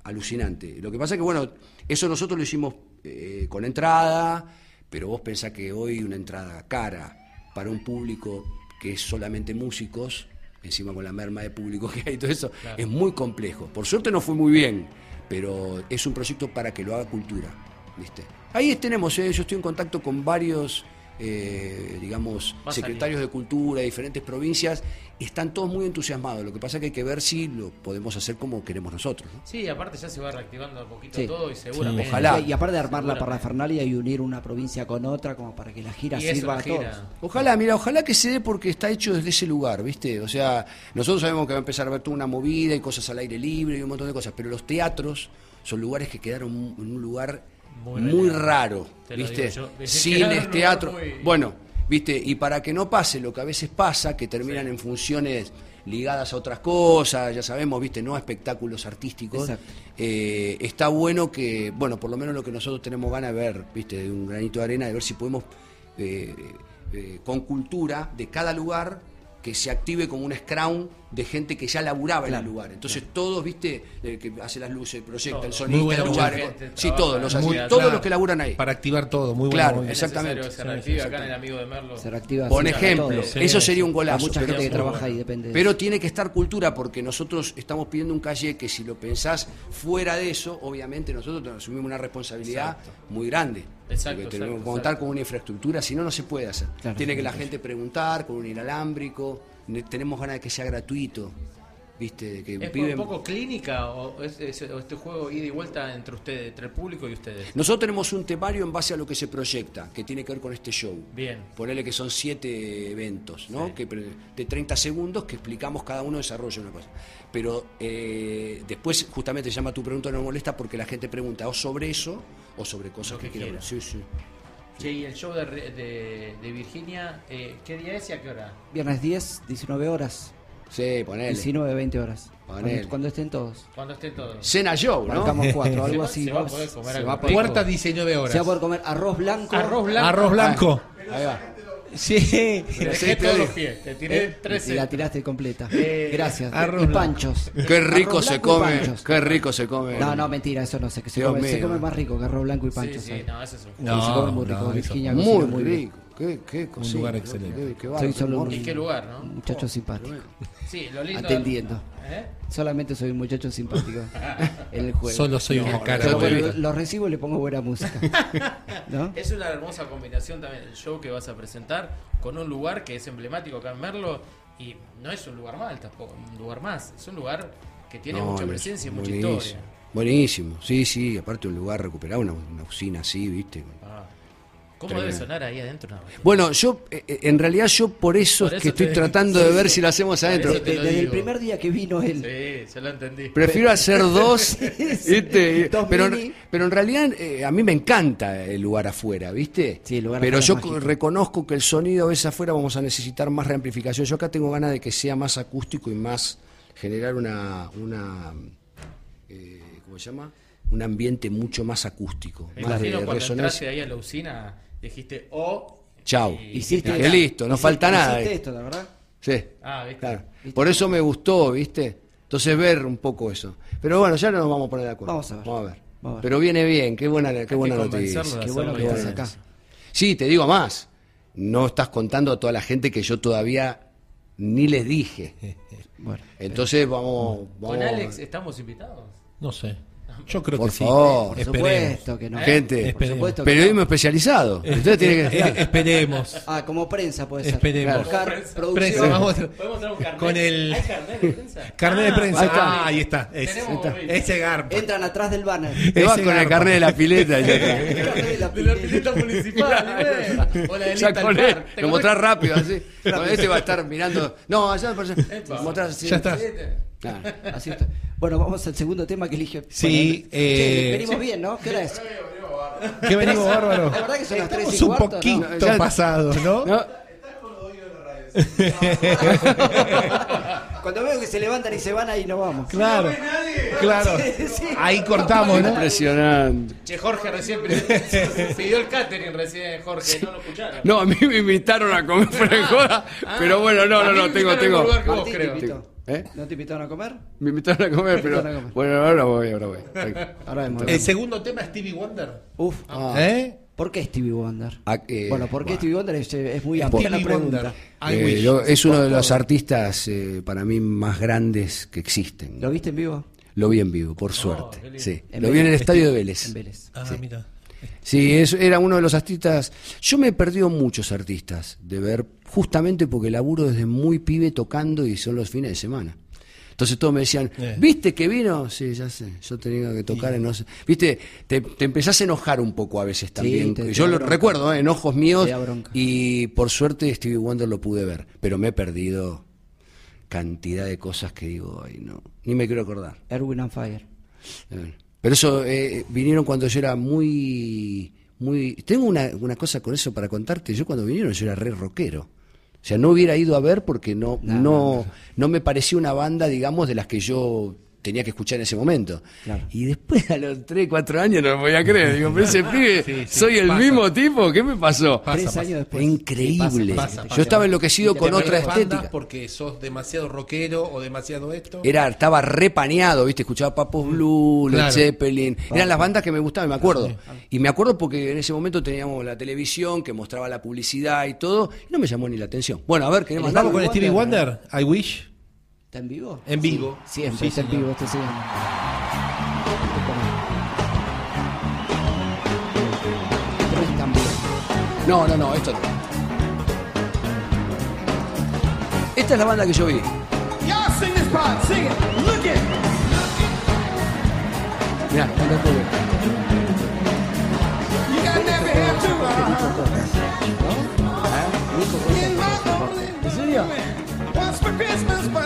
alucinante. Lo que pasa es que, bueno, eso nosotros lo hicimos eh, con entrada, pero vos pensás que hoy una entrada cara para un público que es solamente músicos, encima con la merma de público que hay y todo eso, es muy complejo. Por suerte no fue muy bien, pero es un proyecto para que lo haga cultura, ¿viste? Ahí tenemos, eh, yo estoy en contacto con varios, eh, digamos, Va a salir. secretarios de cultura de diferentes provincias, y están todos muy entusiasmados. Lo que pasa es que hay que ver si lo podemos hacer como queremos nosotros. ¿no? Sí, aparte ya se va reactivando a poquito Sí. todo y seguramente. Ojalá. Y aparte de armar la parrafernalia y unir una provincia con otra, como para que la gira Y eso, sirva la a todos. gira. Ojalá, mira, ojalá que se dé porque está hecho desde ese lugar, ¿viste? O sea, nosotros sabemos que va a empezar a haber toda una movida y cosas al aire libre y un montón de cosas, pero los teatros son lugares que quedaron mu- en un lugar Muy muy, raro. raro, Te lo ¿viste? digo yo. Decir quedaron en un Cines, lugar teatro. muy- Bueno, ¿viste? Y para que no pase lo que a veces pasa, que terminan en funciones ligadas a otras cosas, ya sabemos, ¿viste? No a espectáculos artísticos. Exacto. Eh, está bueno que, bueno, por lo menos lo que nosotros tenemos ganas de ver, viste, de un granito de arena, de ver si podemos, eh, eh, con cultura de cada lugar, que se active como un scrum de gente que ya laburaba en el lugar. Entonces todos, viste, el que hace las luces, el proyecto, el Todo. sonista, Muy buena el mucha lugar. gente sí, trabaja todos, los, en la así- ciudad. todos Claro. los que laburan ahí. Para activar todo, muy Claro, bueno. Es exacto. exactamente. necesario que se Sí, reactive acá en el exactamente. amigo de Merlo. Se reactiva. Por sí, para ejemplo, todos. Sí, eso sí. sería un Hay golazo. mucha gente pero- que muy trabaja bueno. ahí, depende de pero eso. tiene que estar cultura, porque nosotros estamos pidiendo un calle que si lo pensás fuera de eso, obviamente nosotros asumimos una responsabilidad muy grande. Exacto, porque exacto, tenemos que exacto. contar con una infraestructura, si no, no se puede hacer. Claro, tiene que la sí, gente preguntar, con un inalámbrico, ne- tenemos ganas de que sea gratuito, viste, de que ¿Es pibe- un poco clínica o, es- es- o este juego ida y vuelta entre ustedes, entre el público y ustedes? Nosotros tenemos un temario en base a lo que se proyecta, que tiene que ver con este show. Bien. Ponele que son siete eventos, ¿no? Sí. Que pre- de 30 segundos que explicamos cada uno desarrolla una cosa. Pero eh, después justamente se llama tu pregunta no molesta porque la gente pregunta o sobre eso o sobre cosas Lo que, que quiera. quiera. Sí, sí. Che, y el show de, Re- de- de Virginia, eh, ¿qué día es y a qué hora? Viernes 10, 19 horas. Sí, ponele. 19, 20 horas. Ponele. Cuando, cuando estén todos. Cuando estén todos. Cena show, ¿no? Marcamos cuatro, Se algo va- así. se va a vamos- poder comer se algo va a rico. poder Puerta comer. 19 horas. Se va a poder comer arroz blanco. Arroz blanco. Arroz blanco. Ahí va. Sí. Eh, Te Pero sí, dejé te todos digo. los pies. Te tiré tres. Y la tiraste completa. Eh, Gracias. arroz y blanco. panchos. Qué rico Arroz se blanco y come. panchos. Qué rico se come. No, no, mentira, eso no sé. Que se, Dios come, se mío. come más rico que arroz blanco y Sí, panchos. sí, ahí. no, eso es un Sí, se come muy No, rico. no, Virginia Muy, cocina muy bien. rico. Qué, qué cocina, lugar ¿no? excelente. Qué- qué bárbaro, Soy solo qué un- morro. ¿Y qué lugar, no? Muchacho simpático. Sí, lo lindo. Atendiendo. ¿Eh? Solamente soy un muchacho simpático en el juego. Solo soy una cara. Pero bueno, boludo. lo recibo y le pongo buena música. ¿No? Es una hermosa combinación también el show que vas a presentar con un lugar que es emblemático acá en Merlo y no es un lugar mal tampoco, un lugar más, es un lugar que tiene No, mucha no, presencia y mucha buenísimo. historia. Buenísimo, sí, sí, aparte un lugar recuperado, una, una usina así, viste. Ah. ¿Cómo Tremendo. debe sonar ahí adentro? una batería? Bueno, yo, eh, eh, en realidad yo por eso Por es eso que estoy te- tratando sí, de ver sí. si la hacemos Por adentro. eso te- Desde, lo desde el digo. primer día que vino él. Sí, ya lo entendí. Prefiero hacer dos, ¿viste? Dos pero, mini. pero en realidad eh, a mí me encanta el lugar afuera, ¿viste? Sí, el lugar pero afuera yo es mágico. reconozco que el sonido a veces afuera vamos a necesitar más reamplificación. Yo acá tengo ganas de que sea más acústico y más generar una, una eh, ¿cómo se llama? Un ambiente mucho más acústico, Me más de imagino cuando resonancia. entraste ahí a la usina, dijiste oh, Chao. Y- Hiciste Que listo, no hiciste- falta nada. Hiciste eh. esto, la verdad. Sí. ah, ¿viste? Claro. Por eso me gustó, ¿viste? Entonces ver un poco eso. Pero bueno, ya no nos vamos a poner de acuerdo. Vamos a ver. Vamos a ver. Pero viene bien, qué buena, qué Hay buena que noticia. convencerlo Qué de hacerlo bueno que bien. estás acá. Sí, te digo más. No estás contando a toda la gente que yo todavía ni les dije. Bueno. Entonces vamos. vamos Con Alex estamos invitados. No sé. Yo creo Por que sí. favor. Por Esperemos. supuesto que no. Gente, por supuesto que periodismo no. especializado. Ustedes tienen que. Eh, Esperemos. Ah, como prensa puede ser. Esperemos. Buscar Como prensa. producción. Prensa, vamos. Podemos traer un carnet. Con el- ¿Hay carnet de prensa? Carnet de Ah, prensa. ahí está. Ah, ahí está. Ese, Tenemos Ahí está. ese garpa. Entran atrás del banner. Te vas Ese con el garpa. carnet de la pileta. y ya está. De la De la pileta. pileta municipal, y bueno. O la del Ya Little con él, Park. ¿Te lo acordás? mostrás rápido así. Con este va a estar mirando. No, allá por allá. Epa. Mostrás así. Este. Ya está. Claro. Así está. Bueno, vamos al segundo tema que eligió. Sí, Bueno, che, eh, venimos bien, ¿no? ¿Qué hora es? Qué venimos, bárbaro. La verdad que son las tres y Estamos un cuarto, ¿no? poquito Ya- pasados, ¿no? No, Cuando veo que se levantan y se van, ahí no vamos. Claro, claro. Sí, sí. Ahí cortamos, ¿no? Impresionante. Che, Jorge recién pidió- pidió el catering recién, Jorge, no lo escucharon. No, a mí me invitaron a comer frenjoda, Ah, pero bueno, no, a no, mí no, me tengo, invitaron tengo. al lugar que vos, Martín te creo. invitó. ¿Eh? ¿No te invitaron a comer? Me invitaron a comer, pero. invitaron a comer. Bueno, ahora voy, ahora voy. Ahora vemos. El segundo tema es Stevie Wonder. Uf. ¿Eh? Ah. ¿por qué Stevie Wonder? Ah, eh, bueno, ¿por qué bueno. Stevie Wonder es, eh, es muy amplia la Stevie pregunta? Wonder. I Eh, wish. yo- es uno de los artistas eh, para mí más grandes que existen. ¿Lo viste en vivo? Lo vi en vivo, por suerte. Oh, qué lindo. Sí. En Lo vi en el Vélez. estadio de Vélez. En Vélez. Ah, mira. Sí, Eh, es- era uno de los artistas. Yo me he perdido muchos artistas de ver, justamente porque laburo desde muy pibe tocando y son los fines de semana. Entonces todos me decían, Eh. ¿viste que vino? Sí, ya sé, yo tenía que tocar en... no sé. Viste, te, te empezás a enojar un poco a veces también. te- te yo da lo bronca. recuerdo, ¿eh? enojos míos. Te da bronca. Y por suerte Stevie Wonder lo pude ver, pero me he perdido cantidad de cosas que digo, ay no, ni me quiero acordar. Erwin and Fire. Eh, Pero eso, eh, vinieron cuando yo era muy... muy Tengo una, una cosa con eso para contarte. Yo cuando vinieron yo era re rockero. O sea, no hubiera ido a ver porque no, no, no, me parecía una banda, digamos, de las que yo tenía que escuchar en ese momento. Claro. Y después a los 3, 4 años no me voy a creer. Digo, pero ese pibe, sí, soy el pasa. mismo tipo, ¿qué me pasó? Pasa, Tres pasa. años después. Increíble. pasa, pasa, yo estaba pasa. enloquecido Y te con Pero otra las bandas estética. Porque sos demasiado rockero o demasiado esto. Era, estaba repaneado, ¿viste? Escuchaba Papos Mm. Blue, Led Claro. Zeppelin. Ah. Eran las bandas que me gustaban, me acuerdo. Y me acuerdo porque en ese momento teníamos la televisión que mostraba la publicidad y todo. Y no me llamó ni la atención. Bueno, a ver, ¿querés El mandarlo? Vamos con Stevie Wonder, I wish, ¿Está en vivo? en vivo. Siempre Sí, está en señor. vivo, este señor. Pero es tan bueno. No, no, no, esto no. Esta es la banda que yo vi. Mirá, anda el público. ¿En serio?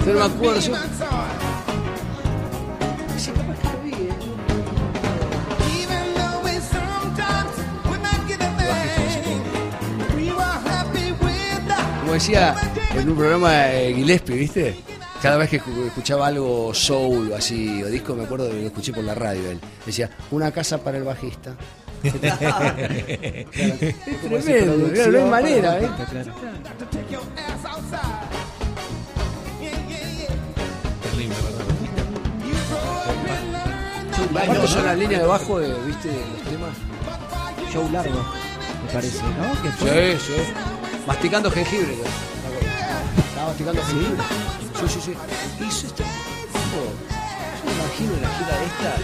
Yo no me acuerdo. yo- ¿eh? Como decía en un programa eh, Gillespie, ¿viste? Cada vez que escu- escuchaba algo soul o así, o disco, me acuerdo que lo escuché por la radio. Él decía, una casa para el bajista. Es tremendo, claro, no hay manera, ¿eh? ¿Cuántas son las líneas de bajo de, ¿viste, de los temas? Show largo, me parece, ¿no? Que fue- Sí, sí. Masticando jengibre. ¿no? Estaba masticando jengibre. Sí, sí, sí. Hizo este. Yo me imagino la gira de esta.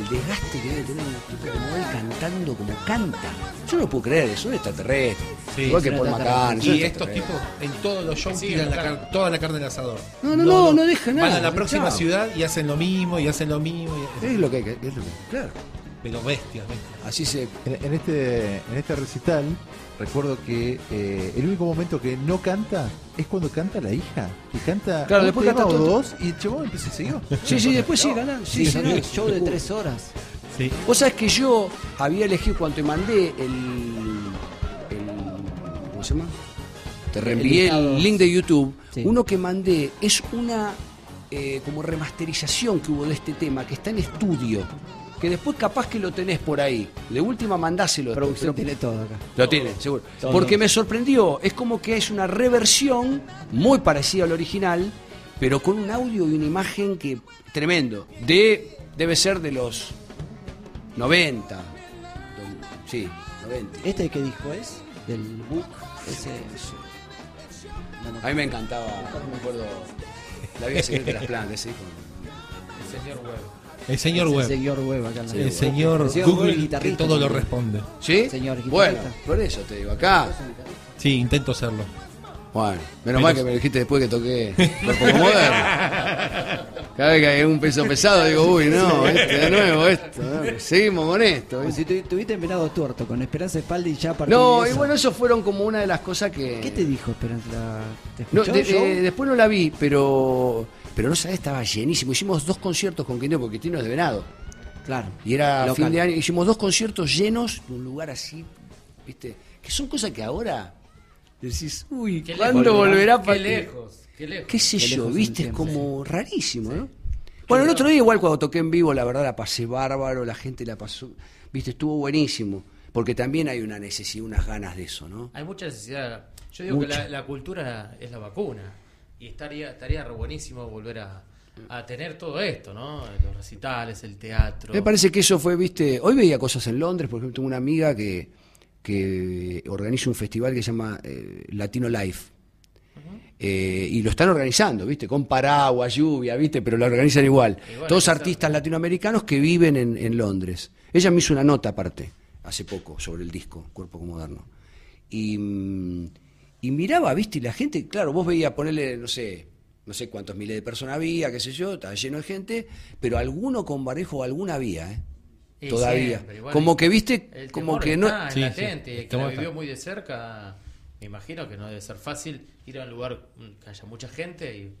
El desgaste que debe tener un tipo como él cantando como canta. Yo no lo puedo creer, es un extraterrestre. Sí, Igual que es un Paul McCartney. Y estos tipos en todos los shows tiran la car- toda la carne del asador. No, no, no, no deja nada, Van eh, a la próxima chao. ciudad y hacen lo mismo, y hacen lo mismo. y- Es lo que hay que. es lo que- claro. Pero bestias, bestias. Así se. En, en este, en este recital, recuerdo que eh, el único momento que no canta es cuando canta la hija. Que canta Claro, un después tema canta o todo. dos y el chabón empieza a seguir. Sí, sí, después sí, ganan. Sí, sí, Hicieron un show de tres horas. Sí. Vos sabés que yo había elegido cuando te mandé el. el- ¿Cómo se llama? Te reenvié el, listado. link de YouTube. Sí. Uno que mandé es una eh, como remasterización que hubo de este tema, que está en estudio. Que después capaz que lo tenés por ahí. De última mandáselo. Producción Pero- tiene todo acá. lo tiene, seguro. Todo. Porque me sorprendió. Es como que es una reversión muy parecida al original, pero con un audio y una imagen que tremendo. De debe ser de los 90. Do- Sí, 90. ¿Este que dijo es? Del book, ese. No, no. A mí me encantaba, me acuerdo la vida secreta de las plantas, ¿sí? El señor Webb. El señor El web. señor Web acá en la El señor El señor Web, Google que guitarrista todo lo también. responde. ¿Sí? Señor guitarrista. bueno, por eso te digo acá. Sí, intento hacerlo. Bueno, menos, mal que me lo dijiste después que toqué Cuerpo como Moderno. Cada vez que hay un peso pesado, digo, uy, no, este de nuevo, esto. ¿no? Seguimos con esto. Como ¿viste? si tu- tuviste en venado tuerto con Esperanza Espalda y ya a partir No, de y eso- bueno, eso fueron como una de las cosas que. ¿Qué te dijo Esperanza? ¿La- ¿Te No, escuchó de- el show? eh, después no la vi, pero. Pero no sabés, estaba llenísimo. Hicimos dos conciertos con Quintino, porque Quintino es de Venado. Claro. Y era Local. fin de año. Hicimos dos conciertos llenos de un lugar así, ¿viste? Que son cosas que ahora decís, uy, Qué ¿cuándo lejos, volverá qué para lejos, Qué lejos. qué sé Qué yo, lejos viste, en es el tiempo, como rarísimo, ¿no? Bueno, el otro día igual cuando toqué en vivo, la verdad la pasé bárbaro, la gente la pasó, viste, estuvo buenísimo, porque también hay una necesidad, unas ganas de eso, ¿no? Hay mucha necesidad. Yo digo que Mucha. la, la cultura es la vacuna. Y estaría, estaría re buenísimo volver a, a tener todo esto, ¿no? Los recitales, el teatro. Me parece que eso fue, viste, hoy veía cosas en Londres, por ejemplo, tengo una amiga que, que organiza un festival que se llama eh, Latino Life. Eh, y lo están organizando, ¿viste? Con paraguas, lluvia, ¿viste? Pero lo organizan igual. Igual, Todos exacto. artistas latinoamericanos que viven en, en Londres. Ella me hizo una nota aparte, hace poco, sobre el disco, Cuerpo Moderno. Y, mm, y miraba, ¿viste? Y la gente, claro, vos veías ponerle, no sé, no sé cuántos miles de personas había, qué sé yo, estaba lleno de gente, pero alguno con barejo, alguna había, ¿eh? Y Todavía. siempre, igual. como que, ¿viste? El Como temor que no... está en Sí, la sí, gente, el el que temor la está. vivió muy de cerca, me imagino que no debe ser fácil ir a un lugar que haya mucha gente y...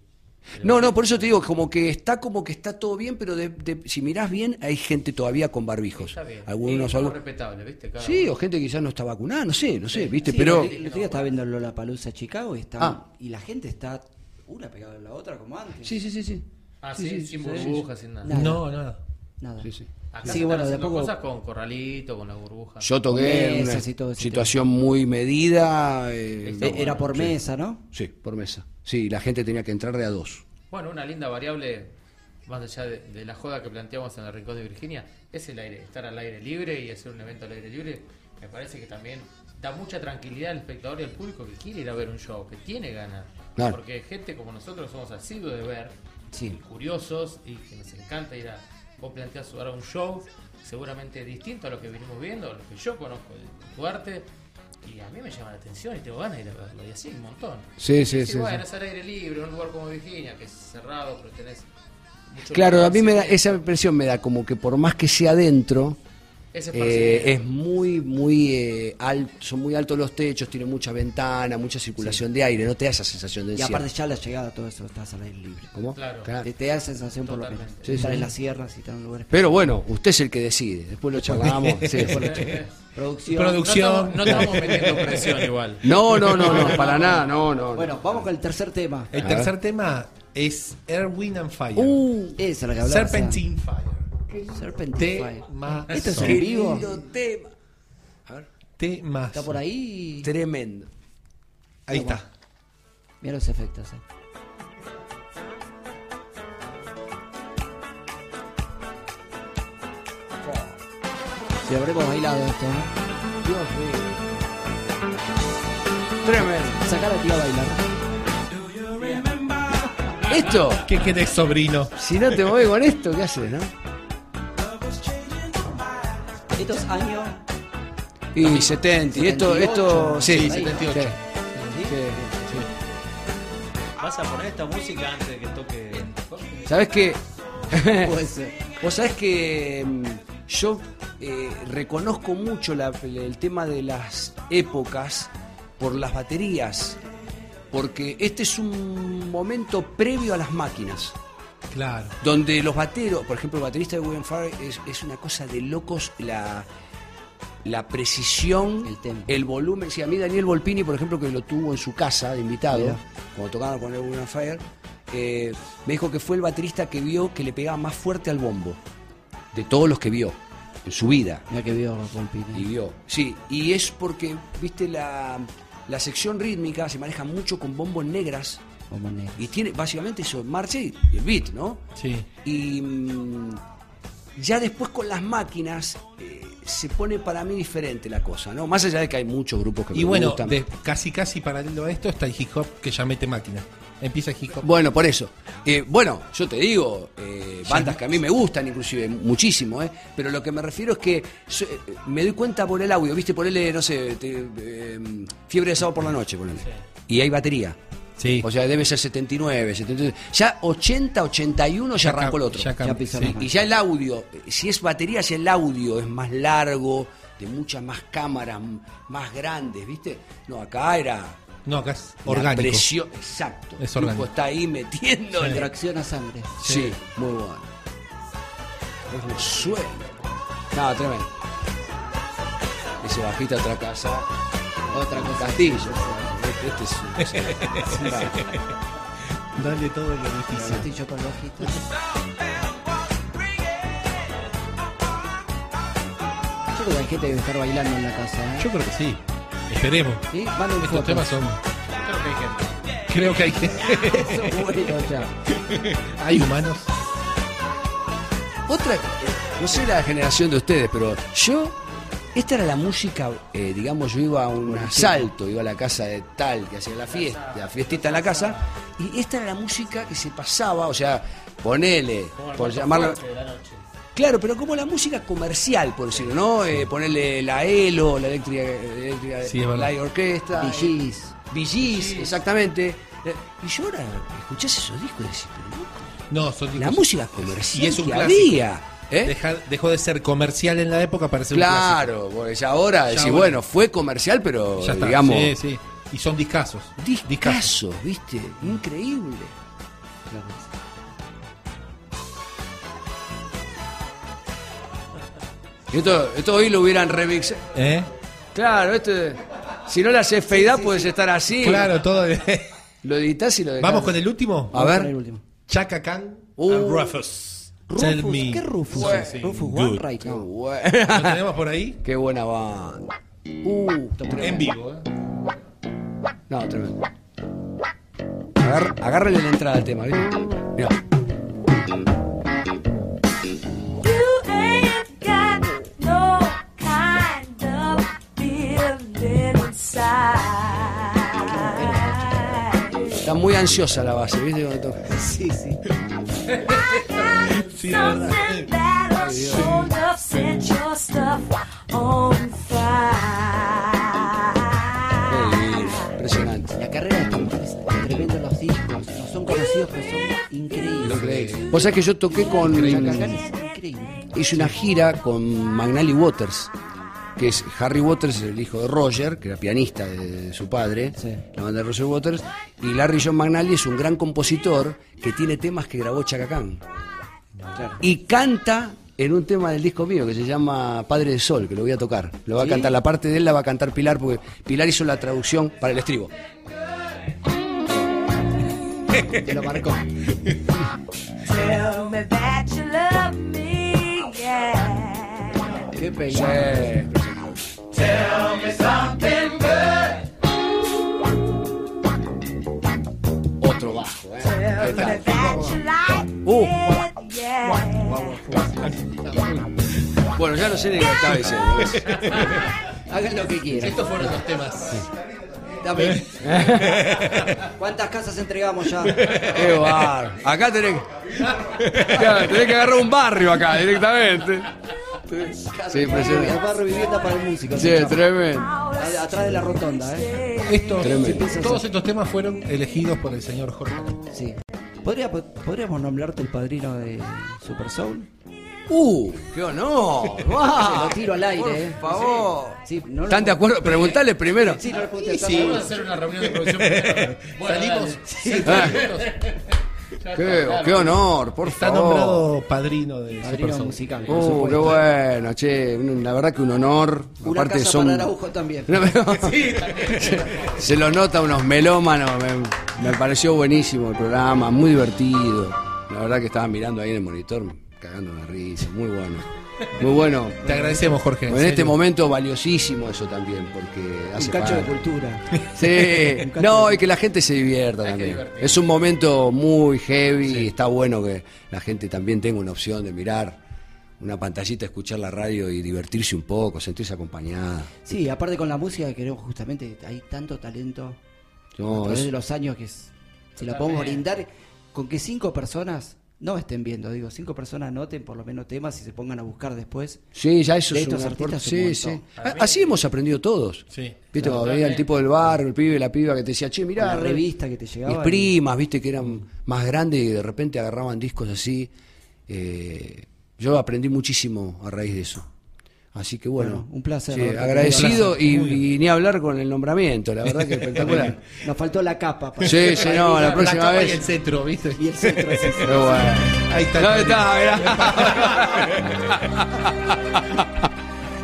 No, no, por eso te digo, como que está como que está todo bien, pero de- de- si mirás bien, hay gente todavía con barbijos. Está bien. Algunos, Y algo algo- respetable, ¿viste? Cada Sí, uno. o gente que quizás no está vacunada, no sé, no sé, Sí, ¿viste? pero el otro día estaba viendo Lollapalooza Chicago y está Ah. y la gente está una pegada a la otra como antes. Sí, sí, sí, sí. Ah, Sí, sí, sí, sin sí, burbujas, sin nada. Nada. No, nada. Nada. Sí, sí. Acá Así se que bueno, de están a haciendo poco cosas con corralito, con la burbuja. Yo toqué en una Mesas y todo ese situación muy medida. eh, Está Eh, era por sí. mesa, ¿no? Sí, por mesa. Sí, la gente tenía que entrar de a dos. Bueno, una linda variable, más allá de, de la joda que planteamos en el Rincón de Virginia, es el aire, estar al aire libre y hacer un evento al aire libre. Me parece que también da mucha tranquilidad al espectador y al público que quiere ir a ver un show, que tiene ganas. Claro. Porque gente como nosotros somos asiduos de ver, y Sí. curiosos y que nos encanta ir a. Vos planteás ahora un show seguramente distinto a lo que venimos viendo, lo que yo conozco de tu arte. Y a mí me llama la atención y tengo ganas de ir a verlo, y así un montón. Sí, Y sí, decís, sí. bueno, sí. es al aire libre, un lugar como Virginia, que es cerrado, pero tenés mucho Claro, lugar, a mí me da, así que esa impresión me da como que por más que sea adentro, es eh, esparcimiento. es muy, muy eh, al- son muy altos los techos, tiene mucha ventana, mucha circulación de aire, no te da esa sensación de Y encierro. aparte ya la llegada todo eso estás al aire libre. ¿Cómo? Claro. Te, te da esa sensación por lo Totalmente. menos. Sí, estar sí. en las sierras y estar en lugares. Pero bueno, usted es el que decide, después lo charlamos. Sí, después lo charlamos. Producción. No Producción. estamos, no estamos metiendo presión igual. No, no, no, no, para nada, no, no. no. Bueno, vamos con el tercer tema. El A tercer tema es Air, Wind and Fire. Uh, Esa es la que hablaba. Serpentine Fire. Serpentine. Tema. Esto es en Qué vivo. lindo tema. A ver. Temazo. Está por ahí. Tremendo. Ahí está. Mira los efectos. eh. Si habremos bailado esto, ¿no? Dios mío. Tremendo. Sacá a la tía a bailar. Esto, ¿Qué querés, sobrino? si no te mueves con esto, ¿qué haces, no? Estos años. Y 70, y esto, esto, sí, 78. sí, sí, ¿Vas a poner esta música antes de que toque? sí. ¿Sabes qué? Puede ser. Vos sabés que mm, yo eh, reconozco mucho la- el tema de las épocas por las baterías, porque este es un momento previo a las máquinas, Claro. donde los bateros, por ejemplo, el baterista de William Farr es, es una cosa de locos la, la precisión, El tempo. volumen. Sí, a mí Daniel Volpini, por ejemplo, que lo tuvo en su casa de invitado, Mirá. cuando tocaba con el William Fire, me dijo que fue el baterista que vio que le pegaba más fuerte al bombo, de todos los que vio en su vida. Mira que vio con Y vio. Sí, y es porque, viste, la, la sección rítmica se maneja mucho con bombos negras Como negro. y tiene básicamente eso, marcha y y el beat, ¿no? Sí. Y mm, ya después con las máquinas eh, se pone para mí diferente la cosa, ¿no? Más allá de que hay muchos grupos que me Y bueno, gustan. de- casi casi paralelo a esto está el hip hop que ya mete máquina. Empieza el hip hop. Bueno, por eso. Eh, bueno, yo te digo, eh, bandas que a mí me gustan inclusive muchísimo, ¿eh? Pero lo que me refiero es que so- eh, me doy cuenta por el audio, ¿viste? Por el, no sé, te- eh, fiebre de sábado por la noche, ponele. Y hay batería. Sí. O sea, debe ser 79, 79. Ya 80, 81 ya arrancó el otro. Ya Ya cambió. pisó sí. la mano. Y ya el audio, eh, si es batería, ya el audio es más largo, de muchas más cámaras, m- más grandes, ¿viste? No, acá era No, acá es la orgánico. presión, exacto. Es El tipo orgánico. está ahí metiendo el tra- Tracción a sangre. sí. muy bueno. Es un sueño. No, tremendo. Ese bajista otra casa, Otra cosa. Castillo. Este es un- Dale todo el beneficio. Estoy yo con los ojitos. Yo creo que hay gente que debe estar bailando en la casa. ¿eh? Yo creo que sí. Esperemos. ¿Sí? Manden Estos fotos. temas son. Creo que hay gente. Creo que hay, Eso es bueno, ya. hay humanos. Otra, eh, no sé la generación de ustedes, pero yo, esta era la música, eh, digamos, yo iba a un asalto, iba a la casa de tal, que hacía la fiesta, la fiestita en la casa, y esta era la música que se pasaba, o sea, ponele, Como el por Marco llamarla... Fuerte de la noche. eh. Claro, pero como la música comercial, por decirlo, ¿no? Eh, ponerle la ELO, la eléctrica, eléctrica Sí, es verdad. la orquesta, eh, VGs. VGs, exactamente. Eh, Y yo ahora escuchás esos discos y decís, pero loco, No, son la discos- música comercial Y es un que clásico. había, ¿eh? Deja- dejó de ser comercial en la época para ser un clásico. Claro, porque ya ahora decís, ahora. bueno, fue comercial, pero Ya está. digamos, Sí, sí. Y son discazos. discaso, ¿viste? Increíble. Y esto, esto hoy lo hubieran remixado. ¿Eh? Claro, esto, si no le haces feidad, puedes estar así. Claro, todo. Lo editas y lo dejás. Vamos con el último. A Para el ver. último. Chaka Khan Uh. and Rufus. Tell Rufus, me. ¿qué Rufus? Bueno, Rufus good. One Right Qué Now. bu- ¿Lo tenemos por ahí? Qué buena banda. Uh, En vivo. ¿eh? no, tremendo. Agar- agárrale la entrada al tema, ¿viste? Mirá. You ain't got no kind of feeling inside. Está muy ansiosa la base, ¿viste? Cuando toca. Sí, sí. Something that'll hold up, set your stuff on Qué fire. lindo, Impresionante. La carrera de estos hombres, tremendo los discos, no son conocidos pero son increíbles. Increíble. Vos sabés que yo toqué con. Chacacán es increíble. hice una gira con Magnali Waters, que es Harry Waters, el hijo de Roger, que era pianista de, de su padre, Sí. la banda de Roger Waters, y Larry John Magnali es un gran compositor que tiene temas que grabó Chaka Khan. Y canta en un tema del disco mío que se llama Padre del Sol, que lo voy a tocar. Lo va a cantar, la parte de él la va a cantar Pilar, porque Pilar hizo la traducción para el estribo. Te lo marcó. Tell me that you love me, yeah. Qué Sí. peinado. Otro bajo, ¿eh? Ahí está. That you like Uh. it, yeah. Bueno, ya no sé ni qué estaba diciendo. Hagan lo que quieran. Estos fueron los temas. Dame. ¿Cuántas casas entregamos ya? Qué bar. Acá tenés que, Claro, tenés que agarrar un barrio acá directamente. Sí, El impresionante. barrio vivienda para el músico. Sí, se llama. tremendo. A- Atrás de la rotonda, ¿eh? Estos- Tremendo. todos estos temas fueron elegidos por el señor Jorge. Sí. ¿Podría, ¿Podríamos nombrarte el padrino de Super Soul? Uh, qué honor. Guau. Se lo tiro al aire, Por eh. favor. Sí, no lo- ¿Están de acuerdo? Preguntale primero. Sí, no le pregunté. Vamos a hacer una reunión de producción. Bueno, Salimos. dale. Ah, Ya qué, está, qué claro. honor, por Está favor. nombrado padrino de Padrino Super Soul. musical. por Uh, qué supuesto. bueno, che. La verdad que un honor. Una Aparte casa son. para Araujo también. No, pero- se, se lo nota a unos melómanos. Me, me pareció buenísimo el programa, muy divertido. La verdad que estaba mirando ahí en el monitor, cagando la risa. Muy bueno. Muy bueno. Te agradecemos, Jorge. En serio. este momento valiosísimo eso también, porque Un hace cacho de falta. cultura. Sí, no, y que la gente se divierta también. Es un momento muy heavy y está bueno que la gente también tenga una opción de mirar una pantallita, escuchar la radio y divertirse un poco, sentirse acompañada. Sí, aparte con la música queremos justamente, hay tanto talento a No, través Oh, es- de los años que es- si la podemos brindar, con que cinco personas no estén viendo, digo, cinco personas anoten por lo menos temas y se pongan a buscar después. Sí, ya eso De es un estos aporte. artistas un Sí, sí. montón. Ah, Así hemos aprendido todos. Sí. Viste, cuando venía el tipo del barrio, el pibe, la piba que te decía, che, mirá, La re- revista que te mis llegaba. y- primas, viste, que eran más grandes y de repente agarraban discos así. Eh, yo aprendí muchísimo a raíz de eso. Así que bueno, Bueno, un placer, Sí, Roberto. agradecido y, y ni hablar con el nombramiento, la verdad que espectacular. Nos faltó la capa. para- sí, sí, no, la La próxima capa y el vez. cetro, ¿viste? Y el centro, sí, sí. Pero bueno. Ahí está. ¿Dónde está? Mirá.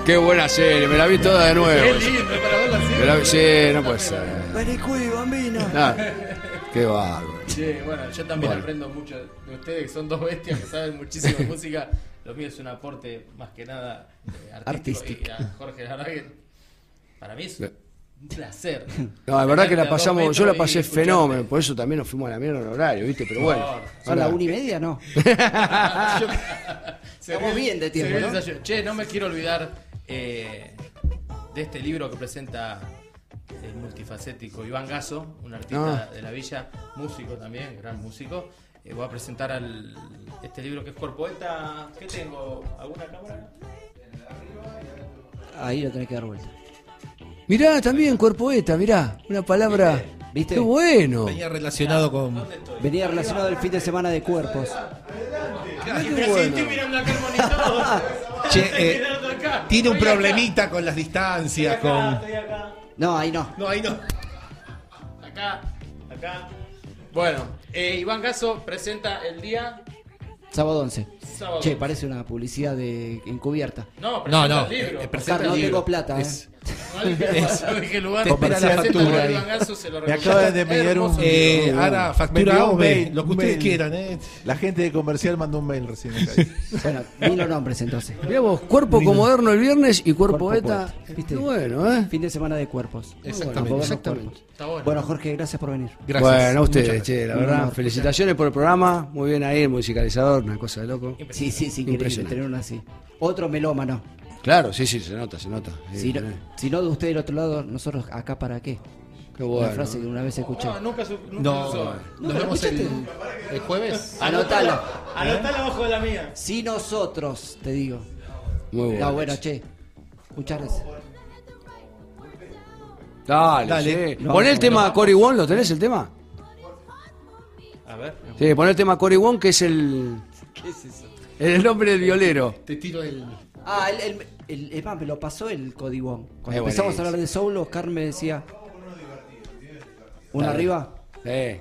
Qué buena serie, me la vi toda de nuevo. Qué lindo, para verlo así. Me la vi- sí, no puede ser. Pericuy, bambino. Nada. Qué bárbaro. Che, bueno, yo también Bueno. aprendo mucho de ustedes, que son dos bestias que saben muchísimo de música. Lo mío es un aporte más que nada eh, artístico. Artístico. Y a Jorge, la verdad que para mí es Bien. un placer. No, la verdad que la Tenerte a dos pasamos, metros yo la y pasé escucharte. fenómeno, por eso también nos fuimos a la mierda en horario, ¿viste? Pero bueno. Por ¿Son la Ahora, una y media? No. Se Estamos viene- bien de se tiempo, viene ¿no? el desayuno. Che, no me quiero olvidar eh, de este libro que presenta el multifacético Iván Gaso, un artista Ah. de la villa, músico también, gran músico. Eh, voy a presentar al, este libro que es Corpoeta. ¿Qué tengo? ¿Alguna cámara? Ahí lo tenés que dar vuelta. Mirá, también Corpoeta, mirá, una palabra. ¿Viste? Qué bueno. Venía relacionado con. Venía relacionado el fin de semana de cuerpos. Pero si estoy mirando acá el monitor. Che, Estoy eh, mirando acá. Tiene un Estoy acá. problemita con las distancias, con. No, ahí no. No, ahí no. Acá, acá. Bueno, eh, Iván Gaso presenta el día Sábado 11. sábado. Che, parece una publicidad de encubierta. No, No, no. presenta el libro. eh, Oscar, presenta el no libro. tengo plata. ¿eh? Es- No dije- no dije lugar. Te espera la Presenta factura el ahí. Iván Gaso, se lo Me recomiendo. acaba de enviar Hermoso un- libro. Eh, ahora, Me factura envió o un mail, mail, lo que un ustedes mail. quieran, ¿eh? La gente de comercial mandó un mail recién. acá. Bueno, mil nombres entonces. Mirá vos, cuerpo moderno el viernes y cuerpo Cuerpo eta. poeta, ¿viste? Qué bueno, ¿eh? Fin de semana de cuerpos. Exactamente, Abogar los exactamente. cuerpos. Está bueno. Bueno, Jorge, gracias por venir. Gracias. Bueno, a ustedes, Muchas gracias. che, la Un verdad. honor. Felicitaciones por el programa. Muy bien ahí, el musicalizador, una cosa de loco. Sí, sí, sí, increíble Impresionante. tener uno así. Otro melómano. Claro, sí, sí, se nota, se nota. Sí, Si no, tenés. si no de usted del otro lado, nosotros acá para qué. Qué Una bueno. frase que una vez escuché. No, nunca su- nunca No, usó. nos vemos el, el jueves. Anotala. Anotala abajo de la mía. Si nosotros, te digo. Muy bueno. No, bueno, che. Muchas gracias. Dale, sí. Dale. No, Poné el no, tema Cory Wong, ¿lo tenés el tema? A ver. Sí, poné el tema Cory Wong, que es el. ¿Qué es eso? El nombre del violero. Te tiro el. Ah, el, el, el- es más, me lo pasó el código. Cuando Eh, empezamos buenísimo. a hablar de Soul, Oscar me decía. ¿Uno arriba? Eh,